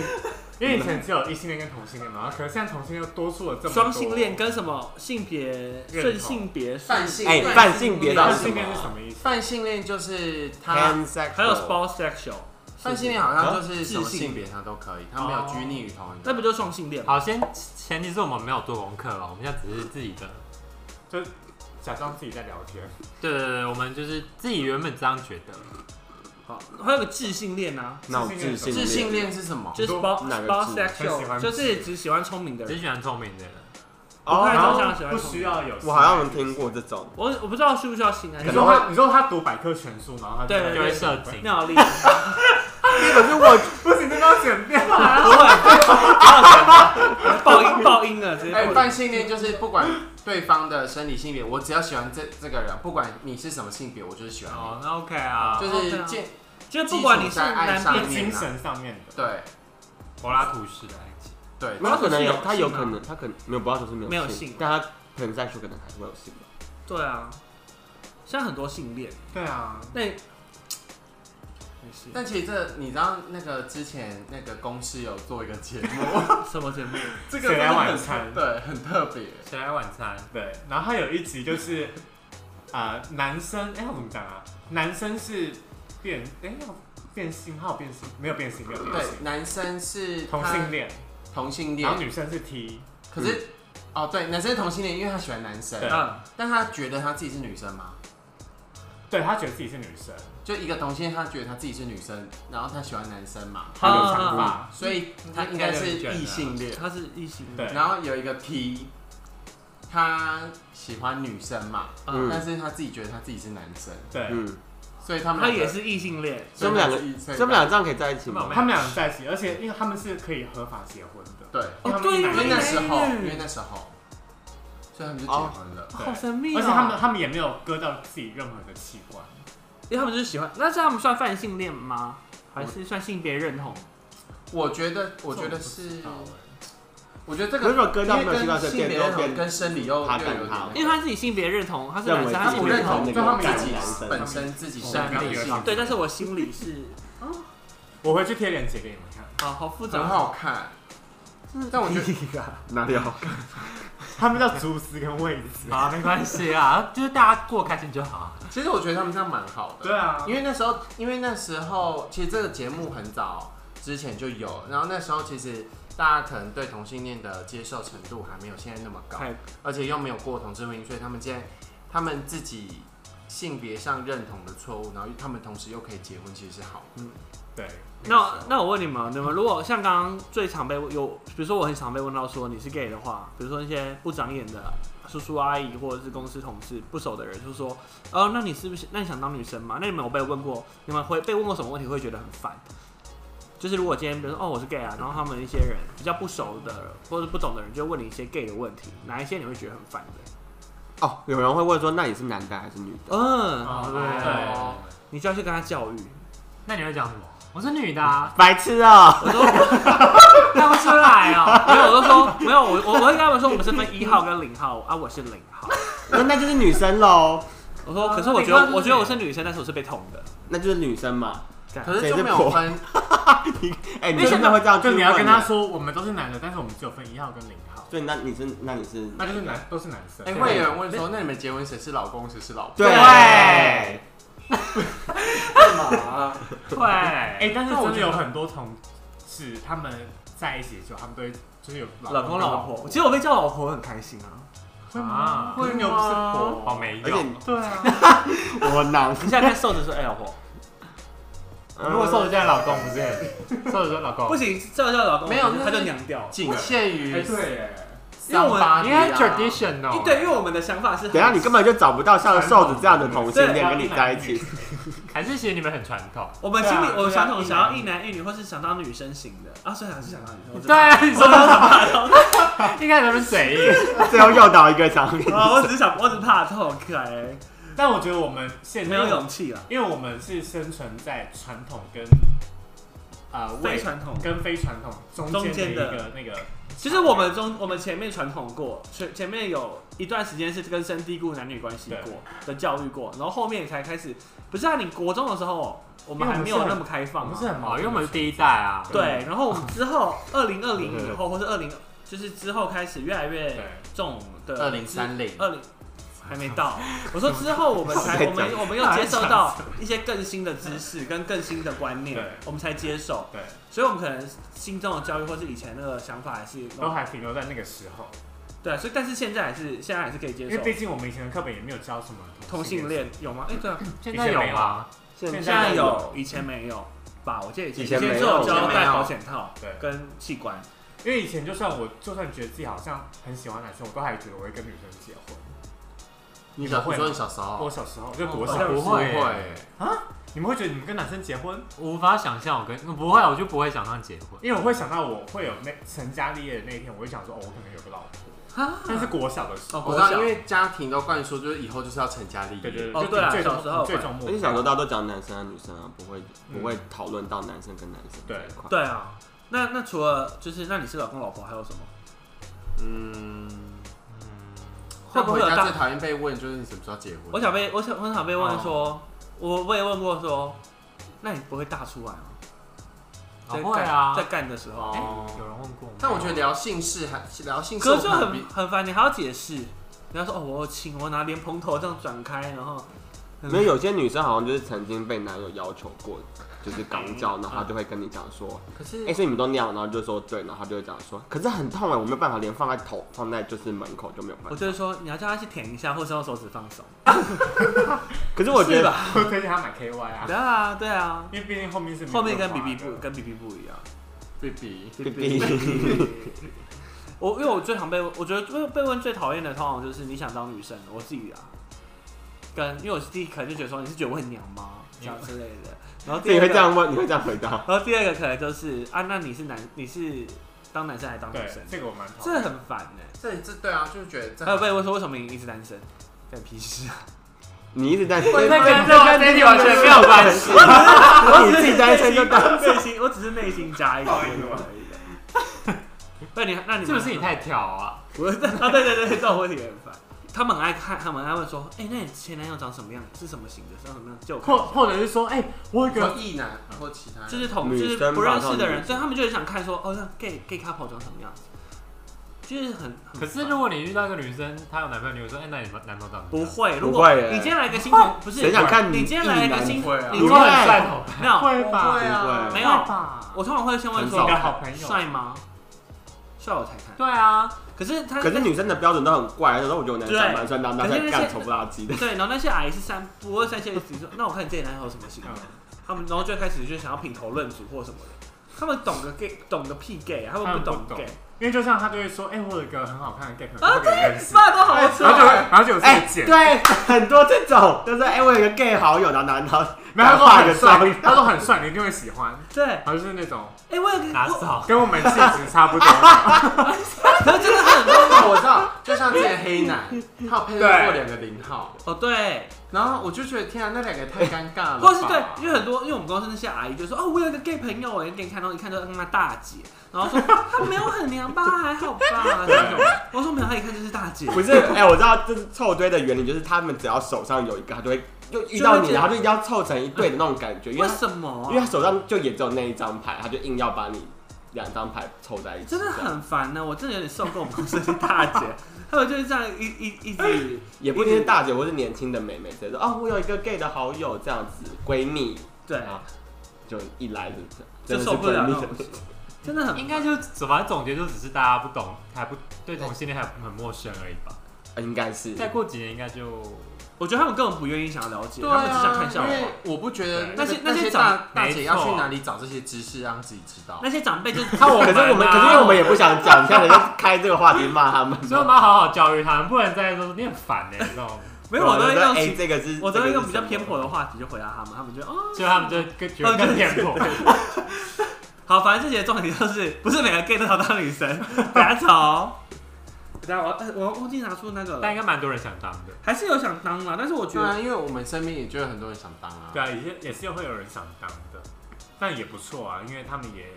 Speaker 6: 因为以前只有异性恋跟同性恋嘛，可是现在同性恋又多出了这么多
Speaker 1: 双性恋跟什么性别
Speaker 6: 同
Speaker 1: 顺性别
Speaker 2: 泛性
Speaker 3: 哎泛性别到
Speaker 6: 泛
Speaker 3: 底是
Speaker 6: 性
Speaker 3: 什么
Speaker 6: 恋是
Speaker 3: 啊
Speaker 6: 什么意思？
Speaker 2: 泛性恋就是他
Speaker 3: Pansexual
Speaker 1: 还有 sponsexual，
Speaker 2: 泛性啊恋好像就是什
Speaker 1: 自
Speaker 2: 么
Speaker 1: 信
Speaker 2: 性别上都可以，他没有
Speaker 5: 哦
Speaker 2: 拘泥于同一
Speaker 1: 那不
Speaker 2: 个。
Speaker 1: 就是双性恋吗？
Speaker 5: 好，先前提是我们没有做功课哦，我们现在只是自己的，
Speaker 6: 就假装自己在聊天，
Speaker 5: 对对对，我们就是自己原本这样觉得。
Speaker 1: 好，还有个自性恋啊，
Speaker 3: 那种自信
Speaker 2: 自性恋是什么？
Speaker 1: 就是
Speaker 6: 你说
Speaker 1: spon-
Speaker 3: 哪个字
Speaker 6: 很喜
Speaker 1: sponsexual，
Speaker 6: 欢
Speaker 1: 就是只喜欢聪明的
Speaker 5: 只
Speaker 1: 人。
Speaker 5: 喜欢聪明的人，
Speaker 1: 我看
Speaker 3: 哦，
Speaker 1: 然后
Speaker 6: 然后不需要有。
Speaker 3: 我好像有听。过这种，
Speaker 1: 我我不知道需不需要性爱
Speaker 6: 你
Speaker 3: 可
Speaker 6: 说
Speaker 3: 能
Speaker 1: 尿
Speaker 6: 他，你说他读百科全书，然后他就
Speaker 1: 对
Speaker 5: 就会射精。
Speaker 1: 尿力，
Speaker 3: 可是我
Speaker 6: 不行，这个要剪掉。
Speaker 1: 不会，爆音爆音了，直接爆
Speaker 2: 哎，
Speaker 1: 音。
Speaker 2: 泛性恋就是不管对方的生理性别，我只要喜欢这这个人，不管你是什么性别，我就是喜欢你。
Speaker 5: 哦，那 OK 啊，
Speaker 2: 就是见
Speaker 1: 就是不管你是男
Speaker 2: 上
Speaker 1: 变
Speaker 2: 面啊
Speaker 6: 精神上面的，
Speaker 2: 对
Speaker 5: 柏拉图式的爱情，
Speaker 2: 对，
Speaker 3: 他可能有，
Speaker 1: 他
Speaker 3: 他
Speaker 1: 有
Speaker 3: 有
Speaker 1: 性吗
Speaker 3: 可能，他可能没有，不要说是没有
Speaker 1: 没有性
Speaker 3: 性，但他可能在说可能还是会有性。
Speaker 1: 对啊，现在很多性恋，
Speaker 6: 对啊，
Speaker 1: 那没事。
Speaker 2: 但其实这你知道那个之前那个公司有做一个节 目，
Speaker 1: 什么节目？
Speaker 2: 这个
Speaker 5: 谁来
Speaker 2: 真的
Speaker 5: 晚
Speaker 2: 很
Speaker 5: 餐
Speaker 2: 对，很特别。
Speaker 8: 谁来晚餐？
Speaker 5: 对，然后他有一集就是，啊、男生，哎、我怎么讲啊？男生是变，哎、要变性，他有变性，没有变性，没有变性，
Speaker 2: 对，男生是
Speaker 5: 哦同
Speaker 2: 他
Speaker 5: 性，恋，
Speaker 2: 同性
Speaker 5: 然后
Speaker 2: 恋。
Speaker 5: 女生是 T，
Speaker 2: 可是、哦，对，男生是同性恋，因为他喜欢男生，
Speaker 5: 对
Speaker 1: 嗯，
Speaker 2: 但他觉得他自己是女生嘛，
Speaker 5: 对他觉得自己是女生，
Speaker 2: 就一个同性恋，他觉得他自己是女生，然后他喜欢男生嘛，
Speaker 5: 他有
Speaker 1: 啊
Speaker 5: 长
Speaker 1: 啊
Speaker 5: 发，
Speaker 2: 所以他应该是异性恋。
Speaker 1: 他是异性
Speaker 5: 对
Speaker 1: 恋，
Speaker 2: 然后有一个 T，他喜欢女生嘛，
Speaker 1: 嗯
Speaker 2: 但是他自己觉得他自己是男生，
Speaker 5: 对，
Speaker 3: 嗯，
Speaker 2: 所以他们
Speaker 1: 他
Speaker 2: 两个
Speaker 1: 也，是异性恋，
Speaker 2: 所以
Speaker 3: 他们两个
Speaker 2: 是异性
Speaker 3: 这么俩这样可以在一起吗？
Speaker 5: 嗯他们两个在一起，而且因为他们是可以合法结婚的，
Speaker 2: 对，
Speaker 5: 因为他们是
Speaker 1: 对
Speaker 5: 男
Speaker 2: 因为
Speaker 5: 女
Speaker 2: 那时候，
Speaker 1: 哎
Speaker 2: 因为那时候，所以他们就结婚了。
Speaker 5: 对
Speaker 1: 好神秘哦
Speaker 5: 而且他们他们也没有割到自己任何的器官，
Speaker 1: 因为他们就是喜欢，那这样他们算泛性恋吗？还是算性别认同？
Speaker 2: 我觉得，我觉得是，我觉得这
Speaker 3: 可是
Speaker 2: 个
Speaker 3: 如果割掉没
Speaker 2: 因
Speaker 3: 有
Speaker 2: 为
Speaker 3: 器官，
Speaker 2: 跟
Speaker 3: 所以变
Speaker 2: 性别
Speaker 3: 就
Speaker 2: 认
Speaker 3: 变
Speaker 2: 同跟生理又又
Speaker 3: 他
Speaker 2: 有
Speaker 3: 跟
Speaker 2: 点
Speaker 3: 他
Speaker 2: 那
Speaker 1: 因为
Speaker 2: 个，
Speaker 1: 他是以性别认同，他是男
Speaker 3: 认为
Speaker 1: 生，他是
Speaker 2: 自己
Speaker 1: 女
Speaker 2: 不认
Speaker 1: 生，
Speaker 2: 同
Speaker 3: 那
Speaker 2: 就他们
Speaker 3: 个
Speaker 2: 自己
Speaker 3: 男生
Speaker 2: 本身自己
Speaker 5: 我
Speaker 2: 生
Speaker 5: 刚刚
Speaker 2: 理
Speaker 5: 有一个
Speaker 2: 性
Speaker 1: 哦对，但是我心里是
Speaker 5: 我回去贴链接给你们看，
Speaker 1: 啊，好复
Speaker 2: 很
Speaker 1: 杂，
Speaker 2: 好看，但我觉 得
Speaker 3: 哪里哦好？
Speaker 5: 他们叫竹丝跟位子，
Speaker 8: 啊，没关系啊，就是大家过开心就好。
Speaker 2: 其实我觉得他们这样蛮好的。
Speaker 5: 对啊，
Speaker 2: 因为那时候，因为那时候其实这个节目很早之前就有，然后那时候其实大家可能对同性恋的接受程度还没有现在那么高，
Speaker 1: 太
Speaker 2: 而且又没有过同志婚姻，所以他们现在他们自己性别上认同的错误，然后他们同时又可以结婚，其实是好的。
Speaker 5: 对，
Speaker 1: 那那我问你们，你们如果像刚刚最常被有，比如说我很常被问到说你是 gay 的话，比如说那些不长眼的叔叔阿姨或者是公司同事不熟的人，就说，哦，那你是不是那你想当女生吗？那你们有被问过，你们会被问过什么问题会觉得很烦？就是如果今天比如说哦我是 gay 啊，然后他们一些人比较不熟的或者不懂的人就问你一些 gay 的问题，哪一些你会觉得很烦的？
Speaker 3: 哦，有人会问说，那你是男的还是女 的？
Speaker 1: 嗯，
Speaker 5: 哦
Speaker 8: 对
Speaker 5: 对。
Speaker 1: 你就要去跟他教育。
Speaker 8: 那你会讲什么？我是女的、啊，
Speaker 3: 白痴啊！
Speaker 1: 我说看不出来哦，没有，我就说没有，我我我会跟他们说我们是分一号跟零号啊，我是零号。
Speaker 3: 那那就是女生喽，
Speaker 1: 我说，哦可是啊
Speaker 8: 那
Speaker 1: 我
Speaker 8: 你
Speaker 1: 觉得
Speaker 8: 看
Speaker 1: 我觉得我是女生，但是我是被捅的。
Speaker 3: 那就是女生嘛。
Speaker 2: 可是就没有分，
Speaker 3: 哎， 你真的会这样去问？
Speaker 5: 就啊你要跟他说，我们都是男的，但是我们只有分一号跟零号，
Speaker 3: 对，那你是那你是
Speaker 5: 那就是男都是男生。
Speaker 2: 哎、会有人问说，那你们结婚谁是老公，谁是老婆？
Speaker 3: 对，啊哎
Speaker 2: 嘛？
Speaker 8: 对，
Speaker 5: 哎、但是
Speaker 2: 那我
Speaker 5: 真的
Speaker 2: 觉
Speaker 5: 有
Speaker 2: 得
Speaker 5: 很多同事，他们在一起的时候，他们都会就是有
Speaker 1: 老公老婆，其实我被叫老婆很开心啊。
Speaker 5: 会吗？
Speaker 2: 会吗
Speaker 5: 会没有不是婆？哦
Speaker 8: 好没
Speaker 3: 而且
Speaker 8: 用。
Speaker 5: 对啊，
Speaker 3: 我囊。
Speaker 1: 你现在看瘦子说，哎，老婆，
Speaker 3: 嗯
Speaker 8: 如果瘦子叫老公，不是瘦子说老公，
Speaker 1: 不行，这样叫老公，
Speaker 2: 没有
Speaker 1: 我觉得
Speaker 2: 那
Speaker 1: 他
Speaker 2: 是
Speaker 1: 哦就娘掉了。
Speaker 2: 仅限于
Speaker 5: 哎对耶，
Speaker 2: 三八
Speaker 8: 因
Speaker 2: 节啊
Speaker 8: 为 traditional，
Speaker 1: 哎对，因为我们的想法是，
Speaker 3: 等一下你根本就找不到像瘦子这样的同性恋跟你在一 起，
Speaker 8: 还是其实你们很传统。
Speaker 1: 我们心里
Speaker 5: 对啊
Speaker 1: 我们传统
Speaker 5: 对啊
Speaker 1: 想要一男一女，或是想当女生型的啊，虽然还是想当女生。我知
Speaker 8: 对
Speaker 1: 道
Speaker 8: 啊，你说的什么？应该他们嘴硬。
Speaker 3: 最后诱导一个场面。
Speaker 1: 啊，我只是想，我只是怕痛，可爱，
Speaker 5: 但我觉得我们现
Speaker 1: 没
Speaker 5: 在
Speaker 1: 有勇气了，
Speaker 5: 因为我们是生存在传统跟啊
Speaker 1: 非传统。
Speaker 5: 跟非传统中
Speaker 1: 中
Speaker 5: 间
Speaker 1: 间
Speaker 5: 的
Speaker 1: 的
Speaker 5: 一个那个，
Speaker 1: 其实我们中我们前面传统过，前前面有一段时间是根深蒂固男女关系过的教育过，然后后面才开始，不是啊？你国中的时候，我们还没有那么开
Speaker 5: 我
Speaker 1: 放、
Speaker 5: 们
Speaker 1: 啊
Speaker 5: 是，很
Speaker 8: 哦，
Speaker 5: 矛
Speaker 8: 因为
Speaker 5: 盾的
Speaker 8: 我们是第一代啊。
Speaker 1: 对。然后我们之后二零二零以后，或是二零就是之后开始越来
Speaker 5: 对
Speaker 1: 越重的
Speaker 2: 二零三零，
Speaker 1: 二零还没到，我说之后我们才
Speaker 3: 在
Speaker 1: 我们
Speaker 3: 讲
Speaker 1: 我们又接受到一些更新的知识跟更新的观念
Speaker 5: 对，
Speaker 1: 我们才接受，
Speaker 5: 对，
Speaker 1: 所以我们可能心中的教育或是以前那个想法还是
Speaker 8: 嗯
Speaker 5: 都还停留在那个时候，
Speaker 1: 对，啊所以但是现在还是现在还是可以接
Speaker 5: 因为
Speaker 1: 受
Speaker 5: 毕竟我们以前的课本也没有教什么
Speaker 1: 同性恋有吗？哎、对啊，
Speaker 8: 现在有吗？
Speaker 3: 现
Speaker 1: 现在有，以前没有吧？我记得以前
Speaker 3: 以前没有
Speaker 1: 只有教
Speaker 2: 以前没
Speaker 1: 戴
Speaker 2: 有
Speaker 1: 保险套
Speaker 5: 对
Speaker 1: 跟器官，
Speaker 5: 因为以前就算我就算觉得自己好像很喜欢男生，我都还觉得我会跟女生结婚。
Speaker 2: 你小
Speaker 5: 会
Speaker 2: 你
Speaker 5: 吗
Speaker 2: 说你小时候啊
Speaker 5: 我小时候就国
Speaker 1: 哦
Speaker 5: 小
Speaker 1: 好，像
Speaker 8: 不
Speaker 2: 不
Speaker 8: 会，
Speaker 2: 会，
Speaker 5: 你们会觉得你们跟男生结婚？
Speaker 8: 无法想象我跟不会，我就不会想象结婚。
Speaker 5: 因为我会想到我会有那成家立业的那一天，我会想说哦，我可能有个老婆
Speaker 1: 啊，
Speaker 5: 但是国小的时候，
Speaker 1: 哦
Speaker 2: 我知道，因为家庭都灌输就是以后就是要成家立业，
Speaker 5: 对对
Speaker 1: 哦
Speaker 5: 对，就
Speaker 1: 对啊
Speaker 5: 最
Speaker 1: 小时候
Speaker 5: 终最终目
Speaker 3: 而
Speaker 5: 标
Speaker 3: 且小时候大家都讲男生和女生啊，不会不会讨论到男生跟男生这一块。
Speaker 1: 对啊。那那除了就是，那你是老公老婆还有什么？
Speaker 2: 嗯，
Speaker 1: 会
Speaker 2: 会
Speaker 1: 不
Speaker 2: 不
Speaker 1: 会有
Speaker 2: 会家
Speaker 1: 大
Speaker 2: 最？讨厌被问就是你什么时候结婚？
Speaker 1: 我想被我想我很常被问说，我我也问过说，那你不会大出来吗？
Speaker 5: 哦
Speaker 1: 在
Speaker 5: 会
Speaker 1: 干
Speaker 5: 啊
Speaker 1: 在干的时候，
Speaker 5: 哦，
Speaker 8: 哎
Speaker 5: 有人问过吗？
Speaker 2: 但我觉得 聊姓氏还聊姓氏，
Speaker 1: 可
Speaker 2: 我
Speaker 1: 是就
Speaker 2: 反而比
Speaker 1: 很很烦，你还要解释。你要说哦，我有请我拿莲蓬头这样转开，然后嗯
Speaker 3: 没有，有些女生好像就是曾经被男友要求过，就是刚交，然后他就会跟你讲说，
Speaker 2: 可
Speaker 3: 哎、
Speaker 2: 是
Speaker 3: 所以你们都尿，然后就说对，然后他就会讲说，可是很痛哎、我没有办法，连放在头放在就是门口就没有办法。
Speaker 1: 我就是说你要叫他去舔一下，或是用手指放手。
Speaker 3: 可是我觉得，
Speaker 1: 是 吧？
Speaker 7: 我推荐他买 KY 啊，
Speaker 1: 对啊，对 啊，
Speaker 7: 因为毕竟后面是
Speaker 1: 后面跟
Speaker 7: 比
Speaker 1: BB
Speaker 7: 比
Speaker 1: 不跟 BB 不一样。
Speaker 2: B B，
Speaker 3: 弟弟，
Speaker 1: 我因为我最常被问，我觉得被被问最讨厌的，通常就是你想当女生，我自己啊，跟因为我是第一可能就觉得说你是觉得我很娘吗，这样之类的。然后
Speaker 3: 所以你
Speaker 1: 第二
Speaker 3: 会这
Speaker 1: 个，
Speaker 3: 样问，你会这样回答，
Speaker 1: 然后第二个可能就是啊，那你是男，你是当男生还是当女
Speaker 7: 对
Speaker 1: 生，？
Speaker 7: 这个我蛮讨
Speaker 1: 这
Speaker 7: 厌。
Speaker 1: 很烦呢。
Speaker 2: 这这对啊，就是觉得这
Speaker 1: 还有被问说为什么你一直单身，干屁事啊？
Speaker 3: 你一直在，
Speaker 2: 对
Speaker 5: 这跟这跟这题完全没有关系。
Speaker 3: 你自己单身就当。
Speaker 1: 内心，我只是内心加一个
Speaker 7: 不好意思
Speaker 1: 而已。那你那你们
Speaker 5: 是不是你太挑啊？
Speaker 1: 不是啊，对对对，这种问题很烦。他们很爱看，他们很爱问说，哎、那你前男友长什么样？是什么型的？长什么样？就我看
Speaker 6: 或或者是说，哎、我有一
Speaker 2: 说
Speaker 6: 个
Speaker 2: 异男啊或其他人，
Speaker 1: 就是同就
Speaker 3: 女
Speaker 1: 是
Speaker 3: 生
Speaker 1: 不
Speaker 3: 吧
Speaker 1: 认识的
Speaker 3: 到
Speaker 1: 人，
Speaker 3: 女
Speaker 1: 所以他们就很想看说，哦，那 gay gay couple 长什么样子？就是很很
Speaker 5: 可是如果你遇到一个女生，她有男朋友，你会说，哎，那你男朋友到底
Speaker 1: 不会，如
Speaker 3: 不
Speaker 1: 果
Speaker 3: 会耶
Speaker 1: 你今天来一个新同，不是
Speaker 3: 谁想看
Speaker 1: 你今天来一个新
Speaker 2: 不会啊
Speaker 1: 你
Speaker 3: 不
Speaker 1: 今天
Speaker 5: 你说
Speaker 3: 会
Speaker 5: 很帅哦头，
Speaker 1: 没有，
Speaker 6: 会吧，
Speaker 2: 对啊，
Speaker 1: 没
Speaker 3: 没
Speaker 1: 有
Speaker 6: 吧？
Speaker 1: 我通常会先问
Speaker 7: 你
Speaker 1: 说
Speaker 7: 的好朋友
Speaker 1: 帅吗？帅我才看。
Speaker 5: 对啊，
Speaker 1: 可是他
Speaker 3: 可是女生的标准都很怪，有时候我觉得我男生长蛮帅，男
Speaker 1: 可
Speaker 3: 男
Speaker 1: 是那
Speaker 3: 生
Speaker 1: 些
Speaker 3: 干丑不拉几的。
Speaker 1: 对，然后那些阿姨是三不二三线一直说，那我看你这里男友有什么
Speaker 5: 嗯
Speaker 1: 型的，他们然后就开始就想要品头论足或什么的，他们懂个 gay 懂个屁 gay，啊他
Speaker 7: 他
Speaker 1: 们
Speaker 7: 们
Speaker 1: 不
Speaker 7: 不
Speaker 1: 懂
Speaker 7: 懂
Speaker 1: gay，
Speaker 7: 因为就像他就会说，哎，我有一个很好看的 gay 朋
Speaker 1: 啊
Speaker 7: 友，他认识，
Speaker 1: 爸都好
Speaker 7: 然后
Speaker 5: 哎
Speaker 7: 就会，
Speaker 1: 丑，
Speaker 7: 然后就有 这个贱，
Speaker 3: 哎对，很多这种，就是哎、我有个 gay 好友，然后男然后
Speaker 7: 没有他说
Speaker 3: 画个
Speaker 7: 很
Speaker 3: 妆，
Speaker 7: 帅，他说很帅，你一定会喜欢，
Speaker 1: 对，哎、
Speaker 7: 然后就是那种
Speaker 1: 我有个
Speaker 5: 打
Speaker 1: 我，
Speaker 5: 扫。
Speaker 7: 跟我们气质差不多，
Speaker 1: 可是真的 很多，
Speaker 2: 我知道，就像之前黑男，他有配对过两个零号，
Speaker 1: 哦对，
Speaker 2: 然后我就觉得天啊，那两个太尴尬了吧，
Speaker 1: 或是对，因为很多因为我们公司那些阿姨就说，哦，我有一个 gay 朋友，哎，给你看到一看就他妈大姐，然后说她没有很娘吧，还好吧，这种，我说没有，她一看就是大姐，
Speaker 3: 不是，哎、我知道这是凑堆的原理，就是他们只要手上有一个，他就会就遇到
Speaker 1: 就
Speaker 3: 你，
Speaker 1: 会这
Speaker 3: 然
Speaker 1: 样
Speaker 3: 后就一定要凑成一对的那种感觉，因为
Speaker 1: 为
Speaker 3: 他
Speaker 1: 什么
Speaker 3: 因为
Speaker 1: 啊、
Speaker 3: 他手上就也只有那一张牌，他就硬要把你两张牌凑在一起，
Speaker 1: 真的
Speaker 3: 这样
Speaker 1: 很烦呢、我真的有点受够我们公司那些大 姐，他们就是这样一一一直。
Speaker 3: 也不一定是大姐或是年轻的妹妹，谁说哦我有一个 gay 的好友这样子闺蜜，
Speaker 1: 对，
Speaker 3: 啊就一来就真
Speaker 1: 就
Speaker 3: 的是
Speaker 1: 受不了
Speaker 3: 闺
Speaker 1: 那
Speaker 3: 蜜
Speaker 1: 种，真的很
Speaker 5: 应该就怎么总结，就只是大家不懂，还不对同性恋还很陌生而已吧。
Speaker 3: 呃应该是
Speaker 5: 再过几年应该就
Speaker 1: 我觉得他们根本不愿意想要了解，
Speaker 2: 对
Speaker 1: 他们只想
Speaker 2: 啊
Speaker 1: 看，笑
Speaker 2: 因
Speaker 1: 话。
Speaker 2: 为我不觉得
Speaker 5: 对
Speaker 2: 那些
Speaker 1: 那
Speaker 2: 那
Speaker 1: 些
Speaker 2: 些
Speaker 1: 长
Speaker 2: 大大姐
Speaker 5: 没
Speaker 2: 要去
Speaker 5: 错
Speaker 2: 哪里找这些知识让自己知道
Speaker 1: 那。些长辈就是
Speaker 5: 看我
Speaker 3: 哦可是我们，可是因为我们也不想讲，现在人家开这个话题骂他们。
Speaker 5: 所以我们要好好教育他们，不能再说你很烦呢，欸你知道吗？
Speaker 1: 没有，我都会用
Speaker 3: 哎，
Speaker 1: 其
Speaker 3: 这个是，
Speaker 1: 我都
Speaker 3: 这
Speaker 1: 会
Speaker 3: 个
Speaker 1: 用
Speaker 3: 是
Speaker 1: 比较
Speaker 3: 什么
Speaker 1: 偏颇的话题就回答他们，他们就哦，
Speaker 5: 所以他们就更觉得更偏颇。
Speaker 1: 好，反正这节重点就是不是每个 gay 都想当女生， 打草。等下我哎我忘记拿出那个
Speaker 5: 但应
Speaker 1: 了，
Speaker 5: 该蛮多人想当的。
Speaker 1: 还是有想当啦，但是我觉
Speaker 2: 对
Speaker 1: 得
Speaker 2: 啊，因为我们身边也就有很多人想当啊。
Speaker 7: 对啊，也是也是会有人想当的，但也不错啊，因为他们也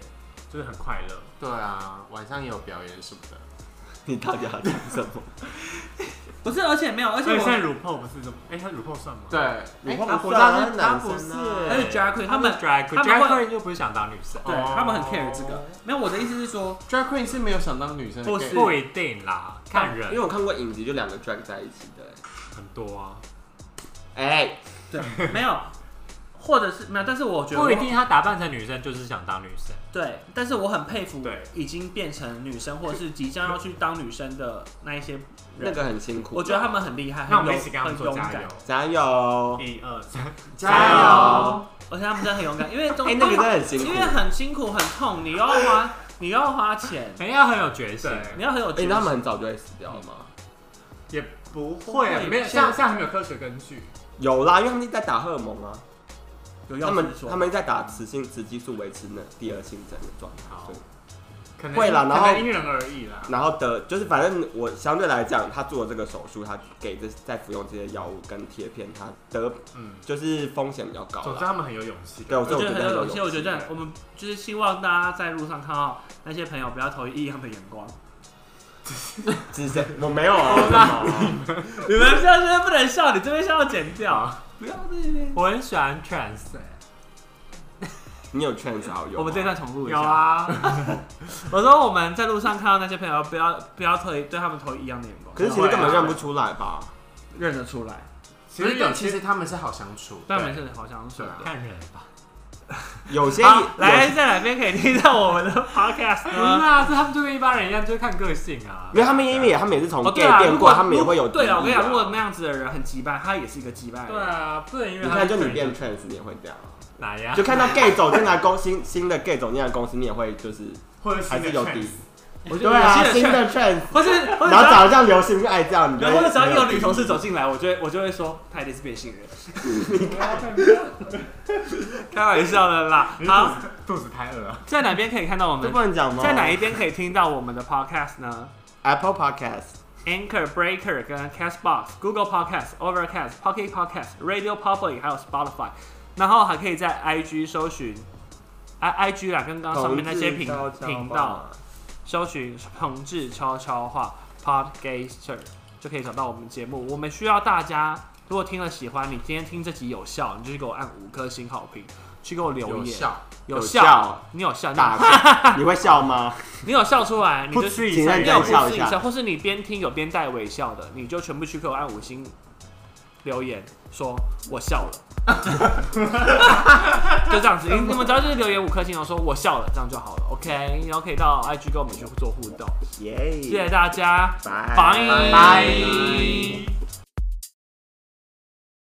Speaker 7: 就是很快乐。
Speaker 2: 对啊，晚上也有表演什么的。
Speaker 3: 你到底要讲什么？
Speaker 1: 不是，而且没有，而且
Speaker 7: 所以现在
Speaker 1: 我
Speaker 7: 乳泡不是这么，哎，他乳泡算吗？
Speaker 2: 对，
Speaker 1: 哎
Speaker 3: 你
Speaker 5: 他
Speaker 3: 换
Speaker 5: 不
Speaker 3: 不
Speaker 5: 是，
Speaker 3: 上啊，
Speaker 5: 他
Speaker 3: 男
Speaker 5: 不是
Speaker 3: 生啊，
Speaker 5: 哎
Speaker 1: 他是 drag queen，他们
Speaker 5: drag
Speaker 1: 他们
Speaker 5: queen，drag
Speaker 1: 会
Speaker 5: queen 就不是想当女生，
Speaker 1: 对
Speaker 7: 哦
Speaker 1: 他们很 care 这个。没有，我的意思是 说，
Speaker 2: drag queen 是没有想当女生的
Speaker 1: 不
Speaker 2: gay
Speaker 1: 是
Speaker 5: 不一定啦，看
Speaker 3: 因为
Speaker 5: 人
Speaker 3: 我看过影集，就两个 drag 在一起的。
Speaker 5: 很多啊，
Speaker 3: 哎，
Speaker 1: 对，没有，或者是没有，但是我觉得
Speaker 5: 不
Speaker 1: 我
Speaker 5: 一定她打扮成女生就是想当女生。
Speaker 1: 对，但是我很佩服
Speaker 7: 对
Speaker 1: 已经变成女生或者是即将要去当女生的那一些人，
Speaker 3: 那个很辛苦。啊
Speaker 1: 我觉得他们很厉害，
Speaker 7: 那我
Speaker 1: 很
Speaker 7: 们
Speaker 1: 勇
Speaker 7: 一起跟他们
Speaker 1: 很
Speaker 7: 说
Speaker 1: 勇
Speaker 7: 加
Speaker 1: 敢
Speaker 7: 油，，
Speaker 3: 加油！
Speaker 7: 一二 三，
Speaker 2: 加油！
Speaker 1: 而且他们真的很勇敢，因为中
Speaker 3: 哎，那个真的很辛苦
Speaker 1: 因。为很辛苦很痛，你又要花你又要花钱，
Speaker 5: 肯定要很有决心，
Speaker 7: 对，
Speaker 1: 你要很有
Speaker 3: 哎，
Speaker 1: 决
Speaker 3: 他们
Speaker 1: 心。
Speaker 3: 很早就会死掉了吗？
Speaker 7: 也不会啊，
Speaker 1: 不会
Speaker 7: 没有，
Speaker 1: 现在
Speaker 7: 像像还没有科学根据。
Speaker 3: 有啦，因为他们在打荷尔蒙啊，
Speaker 1: 有
Speaker 3: 他
Speaker 1: 要
Speaker 3: 们
Speaker 1: 是说
Speaker 3: 他们在打雌性雌激素维持那第二性征的状态，
Speaker 7: 好
Speaker 3: 所以
Speaker 7: 可能
Speaker 3: 会啦然后
Speaker 7: 可能因人而异啦。
Speaker 3: 然后得就是反正我相对来讲，他做了这个手术，他给这在服用这些药物跟贴片，他得
Speaker 7: 嗯，
Speaker 3: 就是风险比较高
Speaker 7: 总之
Speaker 3: 啦。
Speaker 7: 他们很有勇气。
Speaker 3: 对，我
Speaker 1: 我
Speaker 3: 觉
Speaker 1: 觉
Speaker 3: 得
Speaker 1: 得
Speaker 3: 我
Speaker 1: 很
Speaker 3: 觉得
Speaker 1: 有勇气，我觉得我们就是希望大家在路上看到那些朋友不要投以异样的眼光。
Speaker 3: 只是我没有 啊，
Speaker 1: 你们这样真的不能笑，你这边笑要剪掉。不要这边。
Speaker 5: 我很喜欢 trans，欸
Speaker 3: 你有 chance 好友吗？
Speaker 1: 我们这一段重录一
Speaker 6: 有
Speaker 1: 下。
Speaker 6: 啊，
Speaker 1: 我说我们在路上看到那些朋友，不要不要投对他们投一样的眼光，
Speaker 3: 可是其实根本认不出来吧？
Speaker 1: 认得出来。
Speaker 2: 其实有，其实他们是好相处。
Speaker 1: 但没事，好像是。
Speaker 5: 看人吧。
Speaker 3: 有些
Speaker 1: 好，来，在哪边可以听到我们的 podcast
Speaker 5: 不是
Speaker 1: 呢？
Speaker 5: 啊，这他们就跟一般人一样，就是看个性啊。
Speaker 3: 没有他们因为也他们也是从
Speaker 1: 哦，对
Speaker 3: gay
Speaker 1: 啊，
Speaker 3: 变
Speaker 1: 如果
Speaker 3: 过，他们也会有
Speaker 1: 对啊，我跟你
Speaker 3: 敌意
Speaker 1: 讲，如果那样子的人很羁绊，他也是一个羁绊。
Speaker 5: 对，啊，不能因为
Speaker 3: 你
Speaker 5: 他
Speaker 3: 看就你变 trans 你也会这样啊，
Speaker 5: 哪呀
Speaker 3: 就？看到 gay 走进来公新新的 gay 走进来公司，你也会就是
Speaker 7: 或者
Speaker 3: 还是
Speaker 7: 新
Speaker 3: 有
Speaker 7: 的
Speaker 3: 敌意
Speaker 7: trans，。
Speaker 1: 我觉
Speaker 3: 对
Speaker 1: 得有
Speaker 3: 啊，
Speaker 1: 些
Speaker 3: 新
Speaker 1: 人
Speaker 3: 的
Speaker 1: 劝，
Speaker 3: trans，
Speaker 1: 或是或
Speaker 3: 然后
Speaker 1: 者
Speaker 3: 长得像流星就爱这样，你就
Speaker 1: 对，或者只要一有
Speaker 3: 没
Speaker 1: 女
Speaker 3: 敌意
Speaker 1: 同事走进来，我就会我就会说她一定是变性人。开玩笑的啦。好，
Speaker 6: 肚子太饿了。
Speaker 1: 在哪边可以看到我
Speaker 3: 这
Speaker 1: 们
Speaker 3: 不？能讲吗？
Speaker 1: 在哪一边可以听到我们的 podcast 呢？
Speaker 3: Apple Podcast？
Speaker 1: Anchor、Breaker 跟 Castbox、Google Podcast、Overcast、Pocket Podcast、Radio Public 还有 Spotify，然后还可以在 IG 搜寻，I IG 啦，跟
Speaker 3: 啊
Speaker 1: 刚刚上面那些频
Speaker 3: 同志悄悄话
Speaker 1: 频道搜寻“同志悄悄话 ”Podcaster 就可以找到我们节目。我们需要大家，如果听了喜欢，你今天听这集有效，你就去给我按五颗星好评，去给我留
Speaker 2: 有
Speaker 1: 言，
Speaker 2: 效，
Speaker 1: 有
Speaker 3: 有效
Speaker 1: 你有笑，你
Speaker 3: 大，你会笑 吗？
Speaker 1: 你有笑出来，你就
Speaker 3: 噗嗤一
Speaker 1: 你
Speaker 3: 下
Speaker 1: 有噗
Speaker 3: 你再笑
Speaker 1: 嗤一
Speaker 3: 一
Speaker 1: 下，
Speaker 3: 下
Speaker 1: 或是你边听有边带微笑的，你就全部去给我按五星留言说我笑了，就这样子。你你们只要就是留言五颗星，然后说我笑了，这样就好了。OK，然后可以到 IG 跟我们去做互动。
Speaker 3: 耶！
Speaker 1: 谢谢大家，
Speaker 3: 拜
Speaker 1: 拜
Speaker 2: 拜。